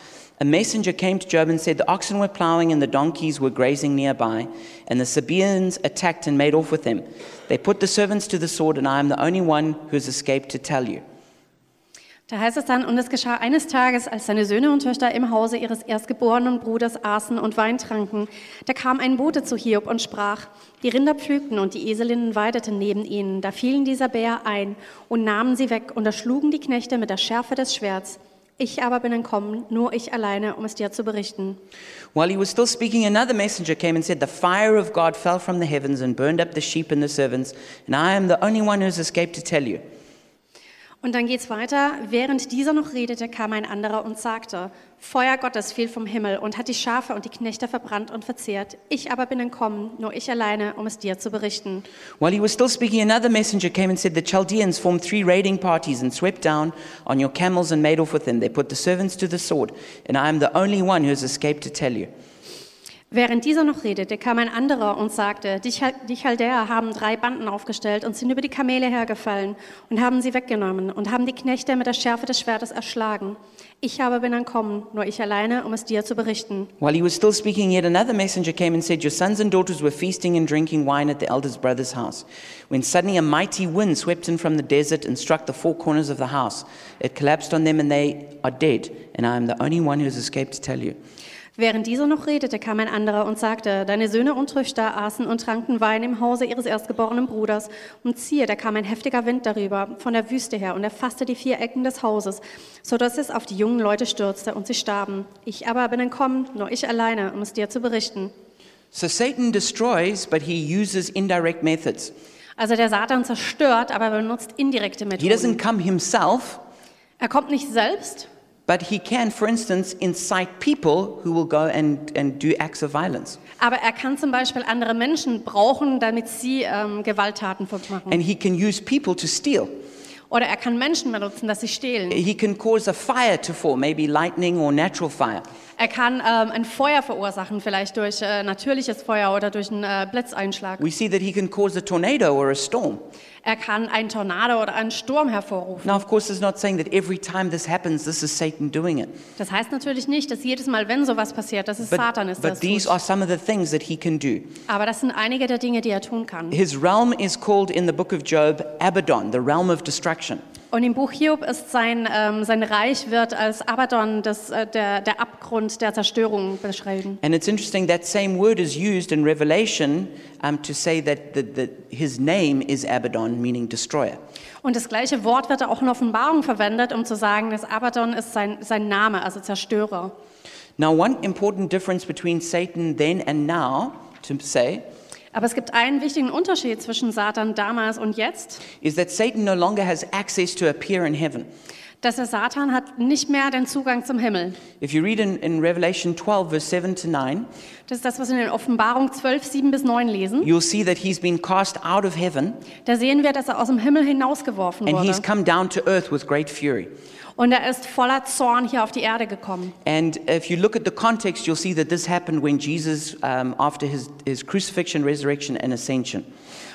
Speaker 1: a messenger came to Job and said, The oxen were plowing and the donkeys were grazing nearby, and the Sabaeans attacked and made off with them. They put the servants to the sword, and I am the only one who has escaped to tell you.
Speaker 2: Da heißt es dann, und es geschah eines Tages, als seine Söhne und Töchter im Hause ihres erstgeborenen Bruders aßen und Wein tranken, da kam ein Bote zu Hiob und sprach, die Rinder pflügten und die Eselinnen weideten neben ihnen, da fielen die Sabäer ein und nahmen sie weg und erschlugen die Knechte mit der Schärfe des Schwerts. Ich aber bin entkommen, nur ich alleine, um es dir zu berichten.
Speaker 1: While he was still speaking, another messenger came and said, The fire of God fell from the heavens and burned up the sheep and the servants, and I am the only one who has escaped to tell you.
Speaker 2: Und dann geht's weiter. Während dieser noch redete, kam ein anderer und sagte: Feuer Gottes fiel vom Himmel und hat die Schafe und die Knechte verbrannt und verzehrt. Ich aber bin entkommen, nur ich alleine, um es dir zu berichten.
Speaker 1: While he was still speaking, another messenger came and said, The Chaldeans formed three raiding parties and swept down on your camels and made off with them. They put the servants to the sword, and I am the only one who has escaped to tell you.
Speaker 2: Während dieser noch redete, kam ein anderer und sagte: Die Chal- die Chaldäer haben drei Banden aufgestellt und sind über die Kamele hergefallen und haben sie weggenommen und haben die Knechte mit der Schärfe des Schwertes erschlagen. Ich aber bin entkommen, nur ich alleine, um es dir zu berichten.
Speaker 1: While he was still speaking, yet another messenger came and said, Your sons and daughters were feasting and drinking wine at the eldest brother's house, when suddenly a mighty wind swept in from the desert and struck the four corners of the house. It collapsed on them, and they are dead, and I am the only one who has escaped to tell you.
Speaker 2: Während dieser noch redete, kam ein anderer und sagte, deine Söhne und Töchter aßen und tranken Wein im Hause ihres erstgeborenen Bruders. Und siehe, da kam ein heftiger Wind darüber, von der Wüste her, und erfasste die vier Ecken des Hauses, so dass es auf die jungen Leute stürzte und sie starben. Ich aber bin entkommen, nur ich alleine, um es dir zu berichten.
Speaker 1: So Satan destroys, but he uses indirect methods.
Speaker 2: Also der Satan zerstört, aber benutzt indirekte
Speaker 1: He doesn't
Speaker 2: Methoden.
Speaker 1: come himself.
Speaker 2: Er kommt nicht selbst,
Speaker 1: But he can, for instance, incite people who will go and, and do acts of violence.
Speaker 2: aber er kann zum Beispiel andere Menschen brauchen, damit sie ähm, Gewalttaten machen.
Speaker 1: And he can use people to steal.
Speaker 2: Oder er kann Menschen benutzen, dass sie stehlen.
Speaker 1: He can cause a fire to fall, maybe lightning or natural fire.
Speaker 2: Er kann ähm, ein Feuer verursachen, vielleicht durch äh, natürliches Feuer oder durch einen äh, Blitzeinschlag.
Speaker 1: We see that he can cause a tornado or a storm.
Speaker 2: Er kann einen Tornado oder einen Sturm hervorrufen.
Speaker 1: Now, of course, it's not saying that every time this happens, this is Satan doing it.
Speaker 2: Das heißt natürlich nicht, dass jedes Mal, wenn sowas passiert, dass es
Speaker 1: But,
Speaker 2: Satan ist, der
Speaker 1: but
Speaker 2: das
Speaker 1: these
Speaker 2: tut.
Speaker 1: are some of the things that he can do.
Speaker 2: Aber das sind einige der Dinge, die er tun kann.
Speaker 1: His realm is called in the book of Job Abaddon, the realm of destruction.
Speaker 2: Und im Buch Hiob ist sein, ähm, sein Reich wird als Abaddon, das, äh, der, der Abgrund der Zerstörung beschrieben.
Speaker 1: And it's interesting that same word is used in Revelation um, to say that the, the, his name is Abaddon, meaning destroyer.
Speaker 2: Und das gleiche Wort wird auch in Offenbarung verwendet, um zu sagen, dass Abaddon ist sein, sein Name, also Zerstörer.
Speaker 1: Now, one important difference between Satan then and now, to say,
Speaker 2: Aber es gibt einen wichtigen Unterschied zwischen Satan damals und jetzt,
Speaker 1: is that Satan no longer has access to appear in heaven.
Speaker 2: dass der Satan hat nicht mehr den Zugang zum Himmel.
Speaker 1: If you read in, in Revelation 12, verse 7 to 9,
Speaker 2: Das ist das, was wir in den Offenbarung 12, 7 bis 9 lesen.
Speaker 1: you'll see that he's been cast out of heaven
Speaker 2: Da sehen wir, dass er aus dem Himmel hinausgeworfen
Speaker 1: and
Speaker 2: wurde.
Speaker 1: he's come down to earth with great fury.
Speaker 2: Und er ist voller Zorn hier auf die Erde gekommen.
Speaker 1: And if you look at the context, you'll see that this happened when Jesus, um, after his, his crucifixion, resurrection, and ascension.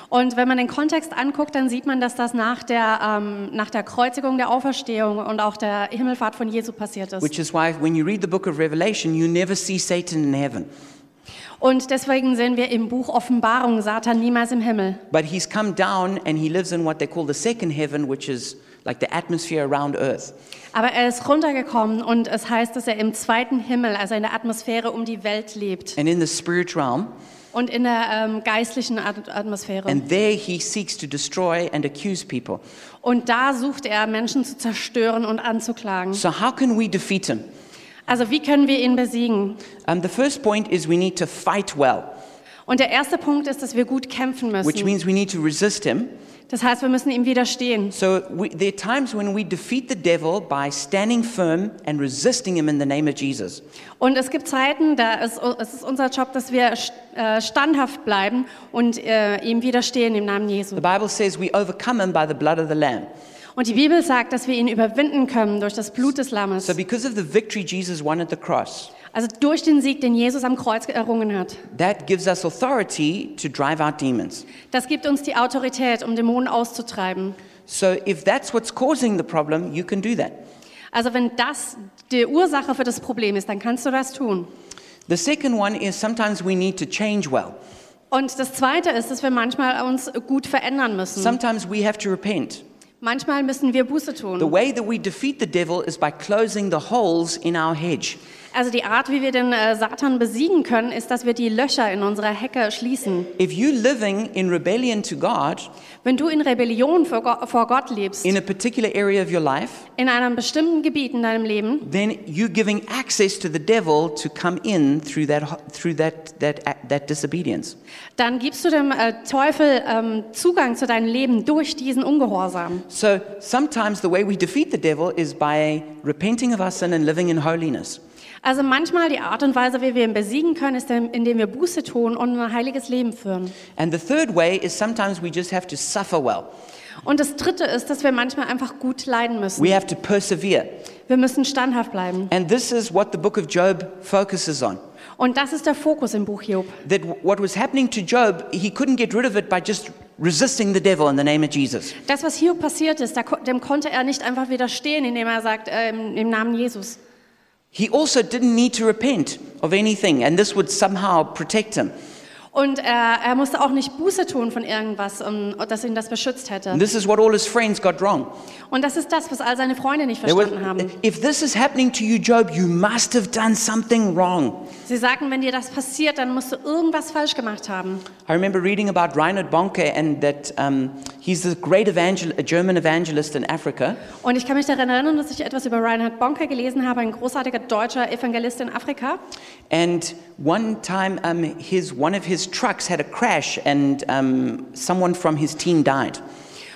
Speaker 2: Und wenn man den Kontext anguckt, dann sieht man, dass das nach der, ähm, nach der Kreuzigung, der Auferstehung und auch der Himmelfahrt von Jesu passiert ist.
Speaker 1: Which is why when you read the book of Revelation, you never see Satan in heaven.
Speaker 2: Und deswegen sehen wir im Buch Offenbarung Satan niemals im Himmel.
Speaker 1: But he's come down and he lives in what they call the second heaven, which is like the atmosphere around earth.
Speaker 2: Aber er ist runtergekommen und es heißt, dass er im zweiten Himmel, also in der Atmosphäre um die Welt lebt
Speaker 1: And in the spirit realm,
Speaker 2: und in der ähm, geistlichen At Atmosphäre.
Speaker 1: and there he seeks to destroy and accuse people.
Speaker 2: Und da sucht er, Menschen zu zerstören und anzuklagen.
Speaker 1: So, how can we defeat him?
Speaker 2: Also wie können wir ihn besiegen?
Speaker 1: Um, the first point is we need to fight well,
Speaker 2: Und der erste Punkt ist, dass wir gut kämpfen
Speaker 1: which
Speaker 2: müssen.
Speaker 1: means we need to resist him.
Speaker 2: Das heißt, wir müssen ihm widerstehen.
Speaker 1: So, we, there are times when we defeat the devil by standing firm and resisting him in the name of Jesus.
Speaker 2: Und es gibt Zeiten, da ist, es ist unser Job, dass wir st- äh, standhaft bleiben und äh, ihm widerstehen im Namen Jesu.
Speaker 1: The Bible says we overcome him by the blood of the Lamb.
Speaker 2: Und die Bibel sagt, dass wir ihn überwinden können durch das Blut des Lammes.
Speaker 1: So, because of the victory Jesus won at the cross,
Speaker 2: Also durch den Sieg, den Jesus am Kreuz errungen hat.
Speaker 1: that gives us authority to drive out demons.
Speaker 2: Das gibt uns die Autorität, um Dämonen auszutreiben.
Speaker 1: So, if that's what's causing the problem, you can do that.
Speaker 2: Also wenn das die Ursache für das Problem ist, dann kannst du das tun.
Speaker 1: The second one is sometimes we need to change well.
Speaker 2: Und das Zweite ist, dass wir manchmal uns gut verändern müssen.
Speaker 1: Sometimes we have to repent.
Speaker 2: Manchmal müssen wir Buße
Speaker 1: The
Speaker 2: tun.
Speaker 1: way that we defeat the devil is by closing the holes in our hedge.
Speaker 2: Also die Art, wie wir den äh, Satan besiegen können, ist, dass wir die Löcher in unserer Hecke schließen.
Speaker 1: If you're living in rebellion to God
Speaker 2: Wenn du in Rebellion vor Go- vor Gott lebst,
Speaker 1: in a particular area of your life,
Speaker 2: in einem bestimmten Gebiet in deinem Leben,
Speaker 1: then you're giving access to the devil to come in through that ho- through that that that disobedience.
Speaker 2: dann gibst du dem äh, Teufel ähm, Zugang zu deinem Leben durch diesen Ungehorsam.
Speaker 1: So sometimes the way we defeat the devil is by repenting of our sin and living in holiness.
Speaker 2: Also manchmal die Art und Weise, wie wir ihn besiegen können, ist, indem wir Buße tun und ein heiliges Leben führen.
Speaker 1: And the third way is sometimes we just have to suffer well.
Speaker 2: Und das Dritte ist, dass wir manchmal einfach gut leiden müssen.
Speaker 1: We have to persevere.
Speaker 2: Wir müssen standhaft bleiben.
Speaker 1: And this is what the book of Job focuses on.
Speaker 2: Und das ist der Fokus im Buch Hiob.
Speaker 1: that w- what was happening to Job, he couldn't get rid of it by just resisting the devil in the name of Jesus.
Speaker 2: Das, was Hiob passiert ist, da ko- dem konnte er nicht einfach widerstehen, indem er sagt, äh, im, im Namen Jesus.
Speaker 1: He also didn't need to repent of anything, and this would somehow protect him.
Speaker 2: Und er, er musste auch nicht Buße tun von irgendwas, um, dass ihn das beschützt hätte.
Speaker 1: And this is what all his friends got wrong.
Speaker 2: Und das ist das, was all seine Freunde nicht
Speaker 1: They were-
Speaker 2: verstanden haben.
Speaker 1: if this is happening to you, Job, you must have done something wrong.
Speaker 2: Sie sagten, wenn dir das passiert, dann musst du irgendwas falsch gemacht haben.
Speaker 1: I remember reading about Reinhard Bonke and that um, he's the great evangel- a German evangelist in Africa.
Speaker 2: Und ich kann mich daran erinnern, dass ich etwas über Reinhard Bonke gelesen habe, ein großartiger deutscher Evangelist in Afrika.
Speaker 1: And one time, um, his, one of his trucks had a crash, and um, someone from his team died.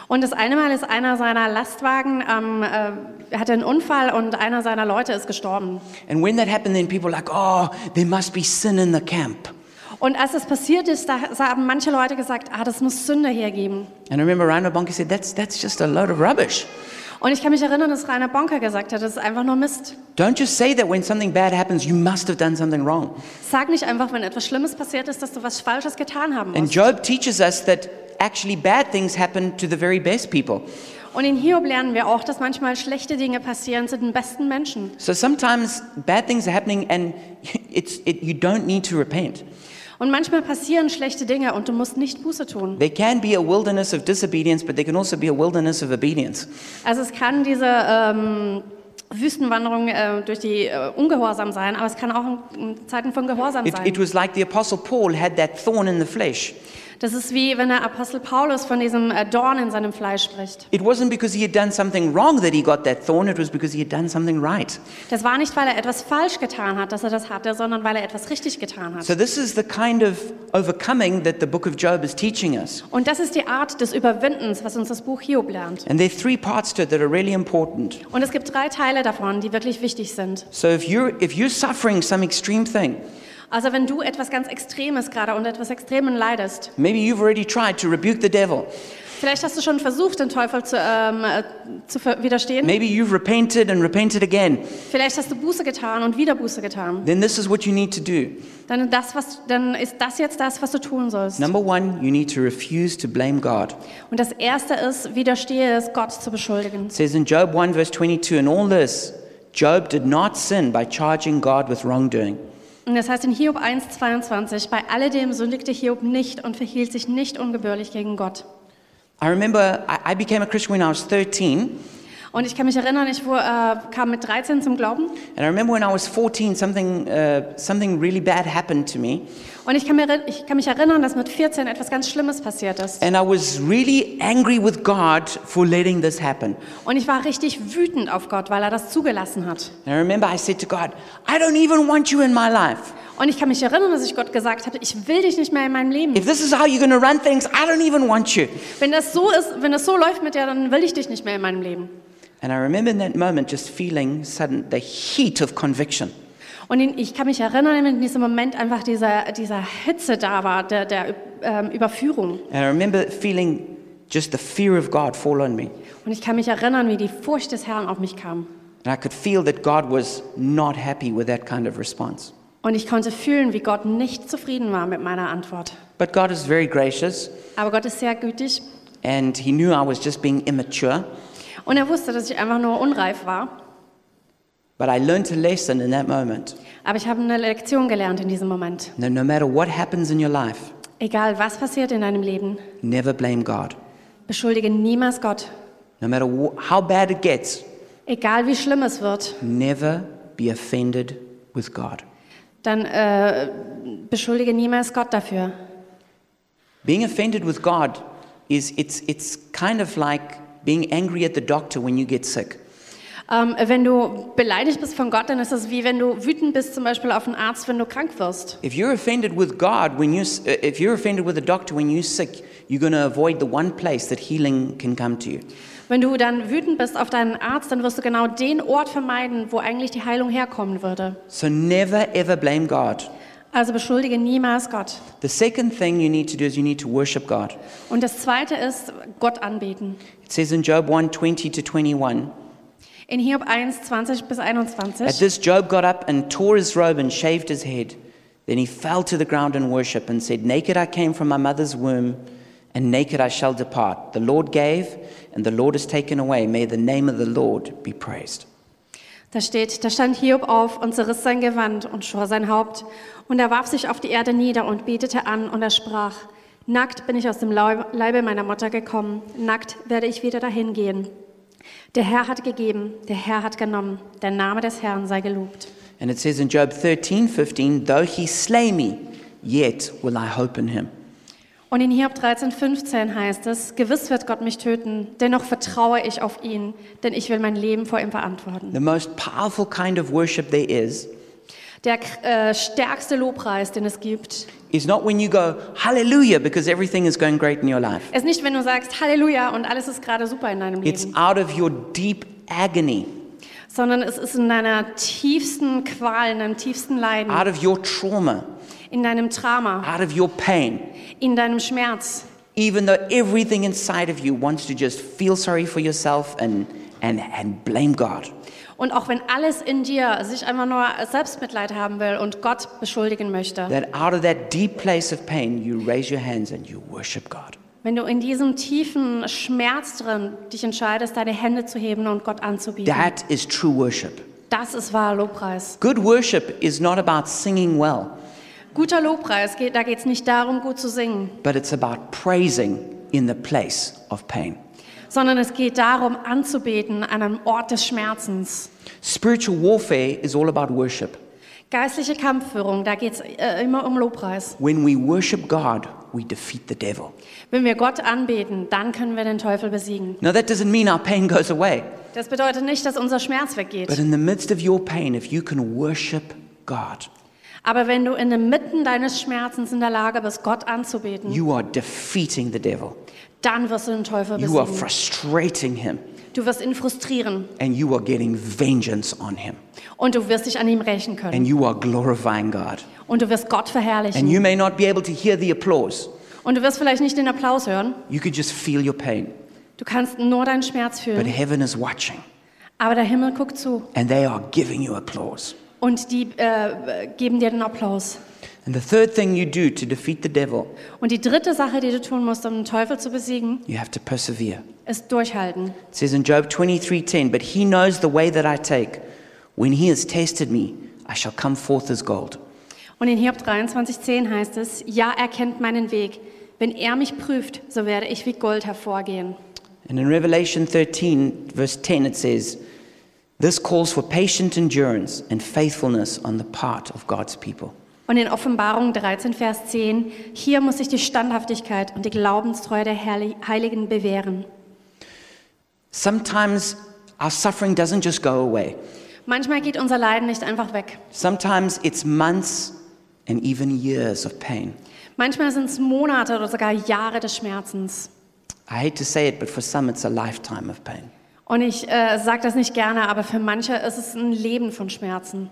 Speaker 2: Und das eine Mal ist einer seiner Lastwagen, ähm, äh, hatte einen Unfall und einer seiner Leute ist gestorben.
Speaker 1: And when that happened, then people were like, oh, there must be sin in the camp.
Speaker 2: Und als das passiert ist, da haben manche Leute gesagt, ah, das muss Sünde hergeben.
Speaker 1: And I remember Reinhard Bonke said, that's, that's just a load of rubbish.
Speaker 2: Und ich kann mich erinnern, dass Rainer Bonke gesagt hat, das ist einfach nur Mist.
Speaker 1: Don't just say that when something bad happens, you must have done something wrong.
Speaker 2: Sag nicht einfach, wenn etwas Schlimmes passiert ist, dass du was Falsches getan haben
Speaker 1: And
Speaker 2: musst.
Speaker 1: Job teaches us that actually bad things happen to the very best people.
Speaker 2: Und in Hiob lernen wir auch, dass manchmal schlechte Dinge passieren zu den besten Menschen.
Speaker 1: So sometimes bad things are happening and it's, it, you don't need to repent.
Speaker 2: Und manchmal passieren schlechte Dinge und du musst nicht Buße tun.
Speaker 1: There can be a wilderness of disobedience, but there can also be a wilderness of obedience.
Speaker 2: Also es kann diese ähm, Wüstenwanderung äh, durch die äh, Ungehorsam sein, aber es kann auch in, in Zeiten von Gehorsam
Speaker 1: It,
Speaker 2: sein.
Speaker 1: it was like the Apostle Paul had that thorn in the flesh.
Speaker 2: das ist wie wenn der Apostel Paulus von diesem äh, Dorn in seinem Fleisch spricht.
Speaker 1: It wasn't because he had done something wrong that he got that thorn, it was because he had done something right.
Speaker 2: Das war nicht, weil er etwas falsch getan hat, dass er das hatte, sondern weil er etwas richtig getan hat.
Speaker 1: So, this is the kind of overcoming that the book of Job is teaching us.
Speaker 2: Und das ist die Art des Überwindens, was uns das Buch Hiob lernt.
Speaker 1: And there are three parts to it that are really important.
Speaker 2: Und es gibt drei Teile davon, die wirklich wichtig sind.
Speaker 1: So, if you're, if you're suffering some extreme thing,
Speaker 2: Also wenn du etwas ganz Extremes gerade und etwas Extremen leidest,
Speaker 1: maybe you've already tried to rebuke the devil,
Speaker 2: vielleicht hast du schon versucht, den Teufel zu, ähm, äh, zu ver- widerstehen.
Speaker 1: maybe you've repented and repented again,
Speaker 2: Vielleicht hast du Buße getan und wieder Buße getan.
Speaker 1: then this is what you need to do.
Speaker 2: Dann, das, was, dann ist das jetzt das, was du tun sollst.
Speaker 1: Number one, you need to refuse to blame God.
Speaker 2: Und das Erste ist, widerstehe es, Gott zu beschuldigen.
Speaker 1: It says in Job 1, verse 22, in all this, Job did not sin by charging God with wrongdoing.
Speaker 2: Und das heißt in Hiob 1,22, bei alledem sündigte Hiob nicht und verhielt sich nicht ungebührlich gegen Gott.
Speaker 1: I remember I, I became a Christian when I was 13,
Speaker 2: Und ich kann mich erinnern, ich wo- äh, kam mit 13 zum Glauben.
Speaker 1: and I remember when I was 14, something, uh, something really bad happened to me,
Speaker 2: Und ich kann, mir, erinn- ich kann mich erinnern, dass mit 14 etwas ganz Schlimmes passiert ist.
Speaker 1: and I was really angry with God for letting this happen.
Speaker 2: Und ich war richtig wütend auf Gott, weil er das zugelassen hat.
Speaker 1: And I remember I said to God, I don't even want you in my life.
Speaker 2: Und ich kann mich erinnern, dass ich Gott gesagt habe, ich will dich nicht mehr in meinem Leben.
Speaker 1: If this is how you're going to run things, I don't even want you.
Speaker 2: Wenn das so ist, wenn das so läuft mit dir, dann will ich dich nicht mehr in meinem Leben.
Speaker 1: And I remember in that moment just feeling sudden the heat of conviction.
Speaker 2: Und in- ich kann mich erinnern, wenn in diesem Moment einfach dieser, dieser Hitze da war, der, der ähm, Überführung.
Speaker 1: And I remember feeling just the fear of God fall on me.
Speaker 2: Und ich kann mich erinnern, wie die Furcht des Herrn auf mich kam.
Speaker 1: And I could feel that God was not happy with that kind of response.
Speaker 2: Und ich konnte fühlen, wie Gott nicht zufrieden war mit meiner Antwort.
Speaker 1: But God is very gracious,
Speaker 2: Aber Gott ist sehr gütig
Speaker 1: and He knew I was just being immature.
Speaker 2: und er wusste, dass ich einfach nur unreif war.
Speaker 1: But I learned a lesson in that moment.
Speaker 2: Aber ich habe eine Lektion gelernt in diesem Moment.
Speaker 1: No, no matter what happens in your life,
Speaker 2: Egal was passiert in deinem Leben,
Speaker 1: never blame God.
Speaker 2: beschuldige niemals Gott.
Speaker 1: No matter wh- how bad it gets,
Speaker 2: Egal wie schlimm es wird,
Speaker 1: never be offended with God.
Speaker 2: dann äh, beschuldige niemals Gott dafür.
Speaker 1: Being offended with God is it's it's kind of like being angry at the doctor when you get sick.
Speaker 2: Ähm, wenn du beleidigt bist von Gott, dann ist es wie wenn du wütend bist, zum Beispiel auf einen Arzt, wenn du krank wirst.
Speaker 1: If you're offended with God when you s- uh, if you're offended with a doctor when you're sick, you're going to avoid the one place that healing can come to you.
Speaker 2: Wenn du dann wütend bist auf deinen Arzt, dann wirst du genau den Ort vermeiden, wo eigentlich die Heilung herkommen würde.
Speaker 1: So never ever blame God.
Speaker 2: Also beschuldige niemals Gott.
Speaker 1: The second thing you need to do is you need to worship God.
Speaker 2: Und das Zweite ist, Gott anbeten.
Speaker 1: It says in Job 1:20 to 21,
Speaker 2: In Hiob 1, 20 bis
Speaker 1: at
Speaker 2: 21.
Speaker 1: this Job got up and tore his robe and shaved his head. Then he fell to the ground in worship and said, "Naked I came from my mother's womb, and naked I shall depart. The Lord gave, and the Lord has taken away. May the name of the Lord be praised."
Speaker 2: Da steht, da stand Hiob auf und zerriss sein Gewand und schor sein Haupt. Und er warf sich auf die Erde nieder und betete an und er sprach, Nackt bin ich aus dem Leib- Leibe meiner Mutter gekommen, nackt werde ich wieder dahin gehen. Der Herr hat gegeben, der Herr hat genommen, der Name des Herrn sei gelobt.
Speaker 1: And it says in Job 13:15, "Though he slay me, yet will I hope in him."
Speaker 2: Und in Hiob 13, 15 heißt es, Gewiss wird Gott mich töten, dennoch vertraue ich auf ihn, denn ich will mein Leben vor ihm verantworten.
Speaker 1: The most powerful kind of worship there is
Speaker 2: Der äh, stärkste Lobpreis, den es gibt,
Speaker 1: is not when you go hallelujah because everything is going great in your life.
Speaker 2: ist nicht, wenn du sagst Halleluja und alles ist gerade super in deinem
Speaker 1: It's
Speaker 2: Leben,
Speaker 1: out of your deep agony,
Speaker 2: sondern es ist in deiner tiefsten Qual, in deinem tiefsten Leiden,
Speaker 1: out of your trauma,
Speaker 2: in deinem Drama,
Speaker 1: out of your pain,
Speaker 2: in deinem Schmerz.
Speaker 1: even though everything inside of you wants to just feel sorry for yourself and and and blame God.
Speaker 2: Und auch wenn alles in dir sich einfach nur Selbstmitleid haben will und Gott beschuldigen möchte,
Speaker 1: That out of that deep place of pain, you raise your hands and you worship God.
Speaker 2: wenn du in diesem tiefen Schmerz drin dich entscheidest, deine Hände zu heben und Gott anzubieten,
Speaker 1: That is true worship.
Speaker 2: das ist wahrer Lobpreis.
Speaker 1: Good worship is not about singing well,
Speaker 2: Guter Lobpreis, geht- da geht es nicht darum, gut zu singen,
Speaker 1: but it's about praising in the place of pain.
Speaker 2: sondern es geht darum, anzubeten an einem Ort des Schmerzens.
Speaker 1: Spiritual warfare is all about worship.
Speaker 2: Geistliche Kampfführung, da geht es äh, immer um Lobpreis.
Speaker 1: When we worship God, we defeat the devil.
Speaker 2: Wenn wir Gott anbeten, dann können wir den Teufel besiegen.
Speaker 1: Now, that doesn't mean our pain goes away,
Speaker 2: Das bedeutet nicht, dass unser Schmerz
Speaker 1: but
Speaker 2: weggeht.
Speaker 1: in the midst of your pain, if you can worship God,
Speaker 2: Aber wenn du in den Mitten deines Schmerzens in der Lage bist, Gott anzubeten,
Speaker 1: you are defeating the devil.
Speaker 2: dann wirst du den Teufel
Speaker 1: You are
Speaker 2: besiegen.
Speaker 1: frustrating him,
Speaker 2: Du wirst ihn frustrieren
Speaker 1: and you are getting vengeance on him,
Speaker 2: und du wirst dich an ihm rächen können.
Speaker 1: and you are glorifying God.
Speaker 2: Und du wirst Gott
Speaker 1: And
Speaker 2: verherrlichen.
Speaker 1: you may not be able to hear the applause,
Speaker 2: Und du wirst vielleicht nicht den Applaus hören.
Speaker 1: you could just feel your pain.
Speaker 2: Du kannst nur deinen Schmerz
Speaker 1: But
Speaker 2: fühlen.
Speaker 1: heaven is watching
Speaker 2: Aber der Himmel guckt zu
Speaker 1: and they are giving you applause.
Speaker 2: und die äh, geben dir den Applaus.
Speaker 1: And the third thing you do to defeat the devil,
Speaker 2: Und die dritte Sache, die du tun musst, um den Teufel zu besiegen,
Speaker 1: you have to persevere.
Speaker 2: ist durchhalten.
Speaker 1: It says in Job 23:10, "But he knows the way that I take. When he has tested me, I shall come forth as gold."
Speaker 2: Und in Hiob 23,10 heißt es, ja, er kennt meinen Weg. Wenn er mich prüft, so werde ich wie Gold hervorgehen.
Speaker 1: And in Revelation 13, verse 10, it says, This calls for patient endurance and faithfulness on the part of God's people.
Speaker 2: Und in Offenbarung 13, Vers 10, hier muss sich die Standhaftigkeit und die Glaubenstreue der Herli- Heiligen bewähren.
Speaker 1: Sometimes our suffering doesn't just go away,
Speaker 2: Manchmal geht unser Leiden nicht einfach weg.
Speaker 1: sometimes it's months and even years of pain.
Speaker 2: Manchmal sind es Monate oder sogar Jahre des Schmerzens.
Speaker 1: I hate to say it, but for some, it's a lifetime of pain.
Speaker 2: Und ich äh, sage das nicht gerne, aber für manche ist es ein Leben von Schmerzen.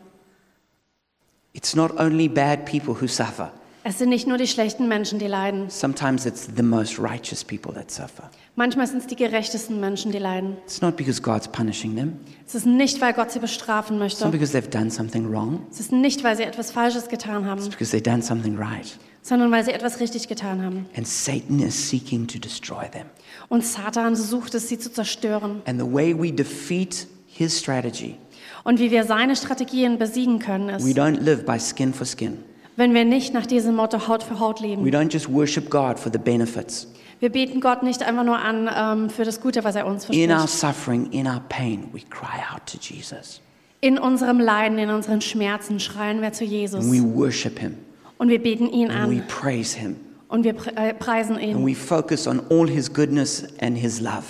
Speaker 1: It's not only bad people who suffer,
Speaker 2: Es sind nicht nur die schlechten Menschen, die leiden.
Speaker 1: sometimes it's the most righteous people that suffer.
Speaker 2: Manchmal sind es die gerechtesten Menschen, die leiden.
Speaker 1: It's not because God's punishing them,
Speaker 2: Es ist nicht, weil Gott sie bestrafen
Speaker 1: it's not
Speaker 2: möchte.
Speaker 1: because they've done something wrong,
Speaker 2: Es ist nicht, weil sie etwas Falsches getan haben,
Speaker 1: it's because they've done something right.
Speaker 2: sondern weil sie etwas richtig getan haben.
Speaker 1: And Satan is seeking to destroy them.
Speaker 2: Und Satan sucht es, sie zu zerstören.
Speaker 1: And the way we defeat his strategy,
Speaker 2: Und wie wir seine Strategien besiegen können,
Speaker 1: we
Speaker 2: ist,
Speaker 1: don't live by skin for skin.
Speaker 2: wenn wir nicht nach diesem Motto Haut für Haut
Speaker 1: We
Speaker 2: leben.
Speaker 1: don't just worship God for the benefits.
Speaker 2: Wir beten Gott nicht einfach nur an ähm, für das Gute, was er uns
Speaker 1: In our
Speaker 2: verspricht.
Speaker 1: suffering, in our pain, we cry out to Jesus
Speaker 2: In unserem Leiden, in unseren Schmerzen schreien wir zu
Speaker 1: and we
Speaker 2: Jesus.
Speaker 1: worship him
Speaker 2: Und wir beten ihn
Speaker 1: and we
Speaker 2: an.
Speaker 1: praise him
Speaker 2: Und wir pre äh, preisen ihn.
Speaker 1: and we focus on all his goodness and his love.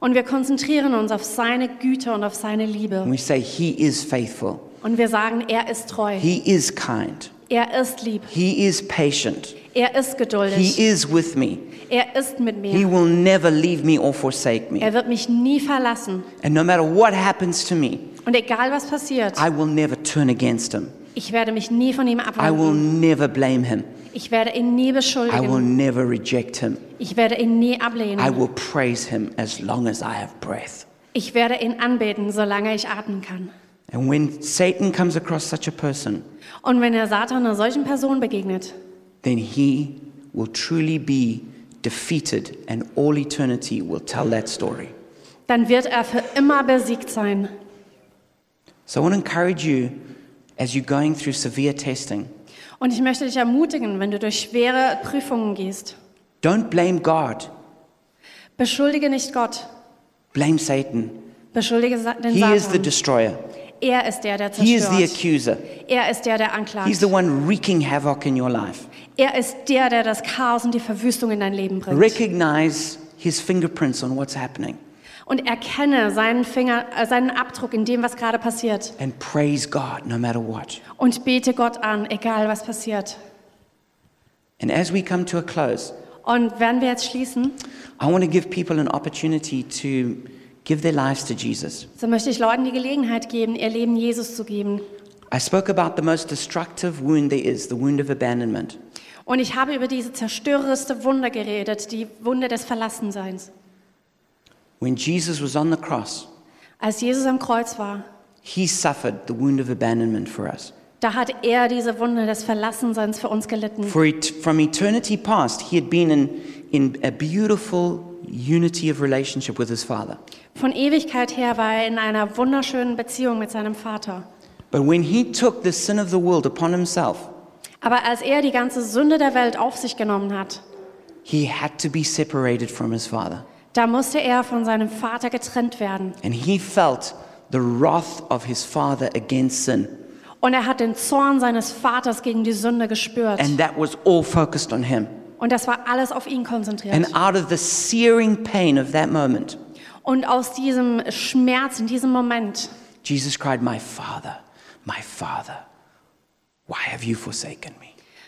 Speaker 2: Und wir konzentrieren uns auf seine Güte und auf seine
Speaker 1: And
Speaker 2: Liebe.
Speaker 1: we say, He is faithful,
Speaker 2: Und wir sagen, er ist treu,
Speaker 1: He is kind,
Speaker 2: er ist lieb,
Speaker 1: He is patient,
Speaker 2: er ist geduldig,
Speaker 1: He is with me,
Speaker 2: er ist mit
Speaker 1: He
Speaker 2: mir.
Speaker 1: will never leave me or forsake me.
Speaker 2: Er wird mich nie verlassen.
Speaker 1: And no matter what happens to me,
Speaker 2: Und egal was passiert,
Speaker 1: I will never turn against Him,
Speaker 2: ich werde mich nie von ihm
Speaker 1: I will
Speaker 2: abwenden.
Speaker 1: never blame Him,
Speaker 2: Ich werde ihn nie
Speaker 1: I will
Speaker 2: beschuldigen.
Speaker 1: never reject Him.
Speaker 2: Ich werde ihn nie
Speaker 1: I
Speaker 2: ablehnen.
Speaker 1: will praise him as long as I have breath.
Speaker 2: Ich werde ihn anbeten, solange ich atmen kann.
Speaker 1: And when Satan comes across such a person,
Speaker 2: Und wenn der Satan einer solchen Person begegnet,
Speaker 1: then he will truly be defeated, and all eternity will tell that story.
Speaker 2: dann wird er für immer besiegt sein.
Speaker 1: So I want to encourage you as you're going through severe testing,
Speaker 2: Und ich möchte dich ermutigen, wenn du durch schwere Prüfungen gehst,
Speaker 1: don't blame God,
Speaker 2: beschuldige nicht Gott,
Speaker 1: blame Satan.
Speaker 2: Beschuldige Sa- den
Speaker 1: He is the
Speaker 2: Satan.
Speaker 1: destroyer,
Speaker 2: er ist der, der
Speaker 1: he is the
Speaker 2: zerstört.
Speaker 1: accuser,
Speaker 2: Er ist der, der anklagt.
Speaker 1: he's the one wreaking havoc in your life.
Speaker 2: er ist der, der das Chaos und die Verwüstung in dein Leben bringt.
Speaker 1: Recognize his fingerprints on what's happening
Speaker 2: Und erkenne seinen, Finger, äh, seinen Abdruck in dem, was gerade passiert.
Speaker 1: and praise God no matter what.
Speaker 2: Und bete Gott an, egal was passiert.
Speaker 1: And as we come to a close,
Speaker 2: Und werden wir jetzt schließen,
Speaker 1: I want to give people an opportunity to give their lives to Jesus.
Speaker 2: so möchte ich Leuten die Gelegenheit geben, ihr Leben Jesus zu geben.
Speaker 1: I spoke about the most destructive wound there is, the wound of abandonment.
Speaker 2: Und ich habe über diese zerstörerste Wunde geredet, die Wunde des Verlassenseins.
Speaker 1: When Jesus was on the cross,
Speaker 2: Als Jesus am Kreuz war,
Speaker 1: he suffered the wound of abandonment for us.
Speaker 2: da hat er diese Wunde des Verlassenseins für uns gelitten.
Speaker 1: For et- from eternity past, he had been in, in a beautiful unity of relationship with his Father.
Speaker 2: Von Ewigkeit her war er in einer wunderschönen Beziehung mit seinem Vater.
Speaker 1: But when he took the sin of the world upon himself,
Speaker 2: Aber als er die ganze Sünde der Welt auf sich genommen hat,
Speaker 1: he had to be separated from his Father.
Speaker 2: da musste er von seinem Vater getrennt werden.
Speaker 1: And he felt the wrath of his Father against sin.
Speaker 2: Und er hat den Zorn seines Vaters gegen die Sünde gespürt.
Speaker 1: And that was all focused on him.
Speaker 2: Und das war alles auf ihn konzentriert.
Speaker 1: And out of the searing pain of that moment,
Speaker 2: Und aus diesem Schmerz, in diesem Moment,
Speaker 1: Jesus cried, My Father, my Father, why have you forsaken me?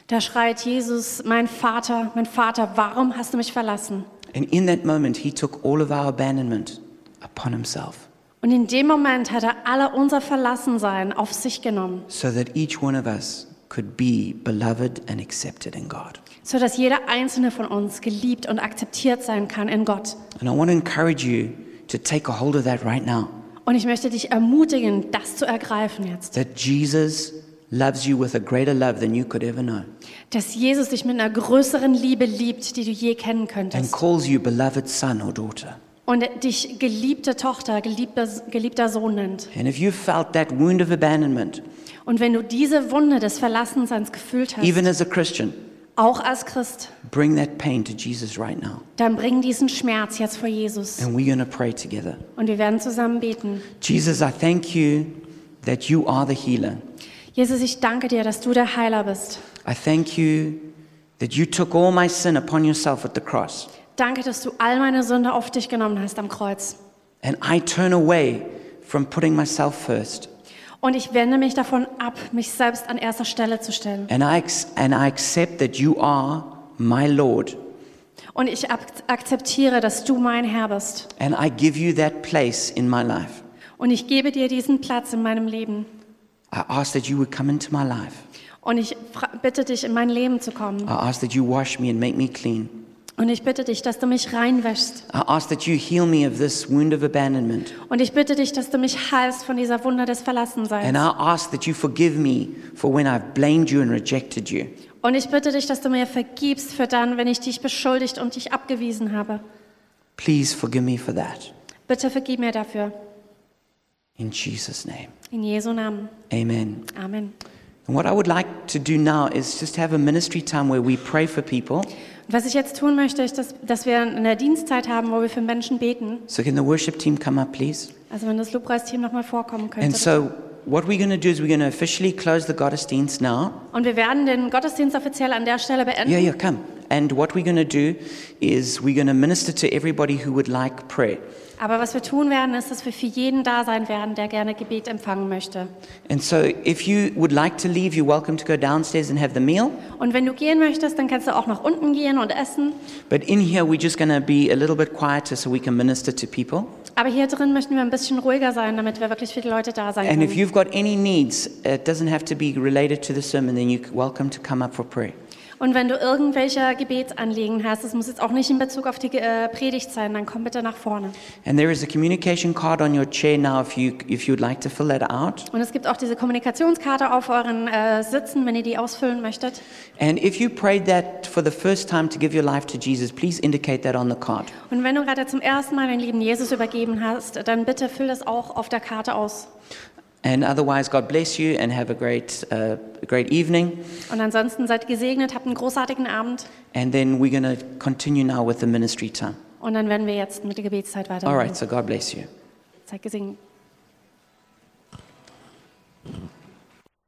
Speaker 2: da schreit Jesus, mein Vater, mein Vater, warum hast du mich verlassen?
Speaker 1: And in that moment, he took all of our abandonment upon himself
Speaker 2: Und in dem Moment hat er alle unser Verlassensein auf sich genommen,
Speaker 1: so that each one of us could be beloved and accepted in God.
Speaker 2: sodass jeder einzelne von uns geliebt und akzeptiert sein kann in Gott.
Speaker 1: And I want to encourage you to take a hold of that right now
Speaker 2: Und ich möchte dich ermutigen, das zu ergreifen jetzt.
Speaker 1: that Jesus loves you with a greater love than you could ever know
Speaker 2: Dass Jesus dich mit einer größeren Liebe liebt, die du je kennen
Speaker 1: and
Speaker 2: könntest.
Speaker 1: calls you beloved son or daughter.
Speaker 2: und dich geliebte Tochter, geliebter, geliebter Sohn nennt.
Speaker 1: And if you felt that wound of abandonment,
Speaker 2: Und wenn du diese Wunde des Verlassens ans gefühlt hast,
Speaker 1: even as a Christian,
Speaker 2: auch als Christ,
Speaker 1: bring that pain to Jesus right now.
Speaker 2: dann bring diesen Schmerz jetzt vor Jesus
Speaker 1: And we're going to pray together.
Speaker 2: und wir werden zusammen beten.
Speaker 1: Jesus, I thank you that you are the healer.
Speaker 2: Jesus, ich danke dir, dass du der Heiler bist.
Speaker 1: I thank you that you took all my sin upon yourself at the cross.
Speaker 2: Danke, dass du all meine Sünde auf dich genommen hast am Kreuz.
Speaker 1: And I turn away from putting myself first.
Speaker 2: Und ich wende mich davon ab, mich selbst an erster Stelle zu stellen.
Speaker 1: And I, ex- and I accept that you are my Lord.
Speaker 2: Und ich ak akzeptiere, dass du mein Herr bist.
Speaker 1: And I give you that place in my life.
Speaker 2: Und ich gebe dir diesen Platz in meinem Leben.
Speaker 1: I ask that you would come into my life.
Speaker 2: Und ich fra- bitte dich, in mein Leben zu kommen.
Speaker 1: I ask that you wash me and make me clean.
Speaker 2: Und ich bitte dich, dass du mich reinwäschst.
Speaker 1: I ask that you heal me of this wound of abandonment.
Speaker 2: Und ich bitte dich, dass du mich heilst von dieser Wunde des
Speaker 1: And
Speaker 2: Verlassenseins.
Speaker 1: I ask that you forgive me for when I've blamed you and rejected you.
Speaker 2: Und ich bitte dich, dass du mir vergibst für dann, wenn ich dich beschuldigt und dich abgewiesen habe.
Speaker 1: Please forgive me for that.
Speaker 2: Bitte vergib mir dafür.
Speaker 1: In Jesus' name.
Speaker 2: In Jesu Namen.
Speaker 1: Amen.
Speaker 2: Amen.
Speaker 1: And what I would like to do now is just have a ministry time where we pray for people.
Speaker 2: Und was ich jetzt tun möchte, ist, dass, dass wir eine Dienstzeit haben, wo wir für Menschen beten.
Speaker 1: So, can the worship team come up, please?
Speaker 2: Also wenn das Lobpreisteam nochmal vorkommen könnte.
Speaker 1: And so, what we're going to do is we're going to officially close the Gottesdienst now.
Speaker 2: Und wir werden den Gottesdienst offiziell an der Stelle beenden.
Speaker 1: Yeah, yeah, come. And what we're going to do is we're going to minister to everybody who would like prayer.
Speaker 2: Aber was wir tun werden, ist, dass wir für jeden da sein werden, der gerne Gebet empfangen möchte.
Speaker 1: And so, if you would like to leave, you're welcome to go downstairs and have the meal.
Speaker 2: Und wenn du gehen möchtest, dann kannst du auch nach unten gehen und essen.
Speaker 1: But in here, we're just going to be a little bit quieter so we can minister to people.
Speaker 2: Aber hier drin möchten wir ein bisschen ruhiger sein, damit wir wirklich für die Leute da sein
Speaker 1: And if
Speaker 2: können.
Speaker 1: you've got any needs, it doesn't have to be related to the sermon, then you're welcome to come up for prayer.
Speaker 2: Und wenn du irgendwelche Gebetsanliegen hast, das muss jetzt auch nicht in Bezug auf die äh, Predigt sein, dann komm bitte nach vorne.
Speaker 1: And there is a communication card on your chair now if you if you'd like to fill that out.
Speaker 2: Und es gibt auch diese Kommunikationskarte auf euren äh, Sitzen, wenn ihr die ausfüllen möchtet.
Speaker 1: And if you prayed that for the first time to give your life to Jesus, please indicate that on the card.
Speaker 2: Und wenn du gerade zum ersten Mal den lieben Jesus übergeben hast, dann bitte füll das auch auf der Karte aus.
Speaker 1: And otherwise, God bless you and have a great uh, great evening.
Speaker 2: Und ansonsten seid gesegnet, habt einen großartigen Abend.
Speaker 1: And then we're going to continue now with the ministry time.
Speaker 2: Und dann werden wir jetzt mit der Gebetszeit
Speaker 1: All
Speaker 2: weitermachen.
Speaker 1: right, so God bless you.
Speaker 2: Seid gesegnet.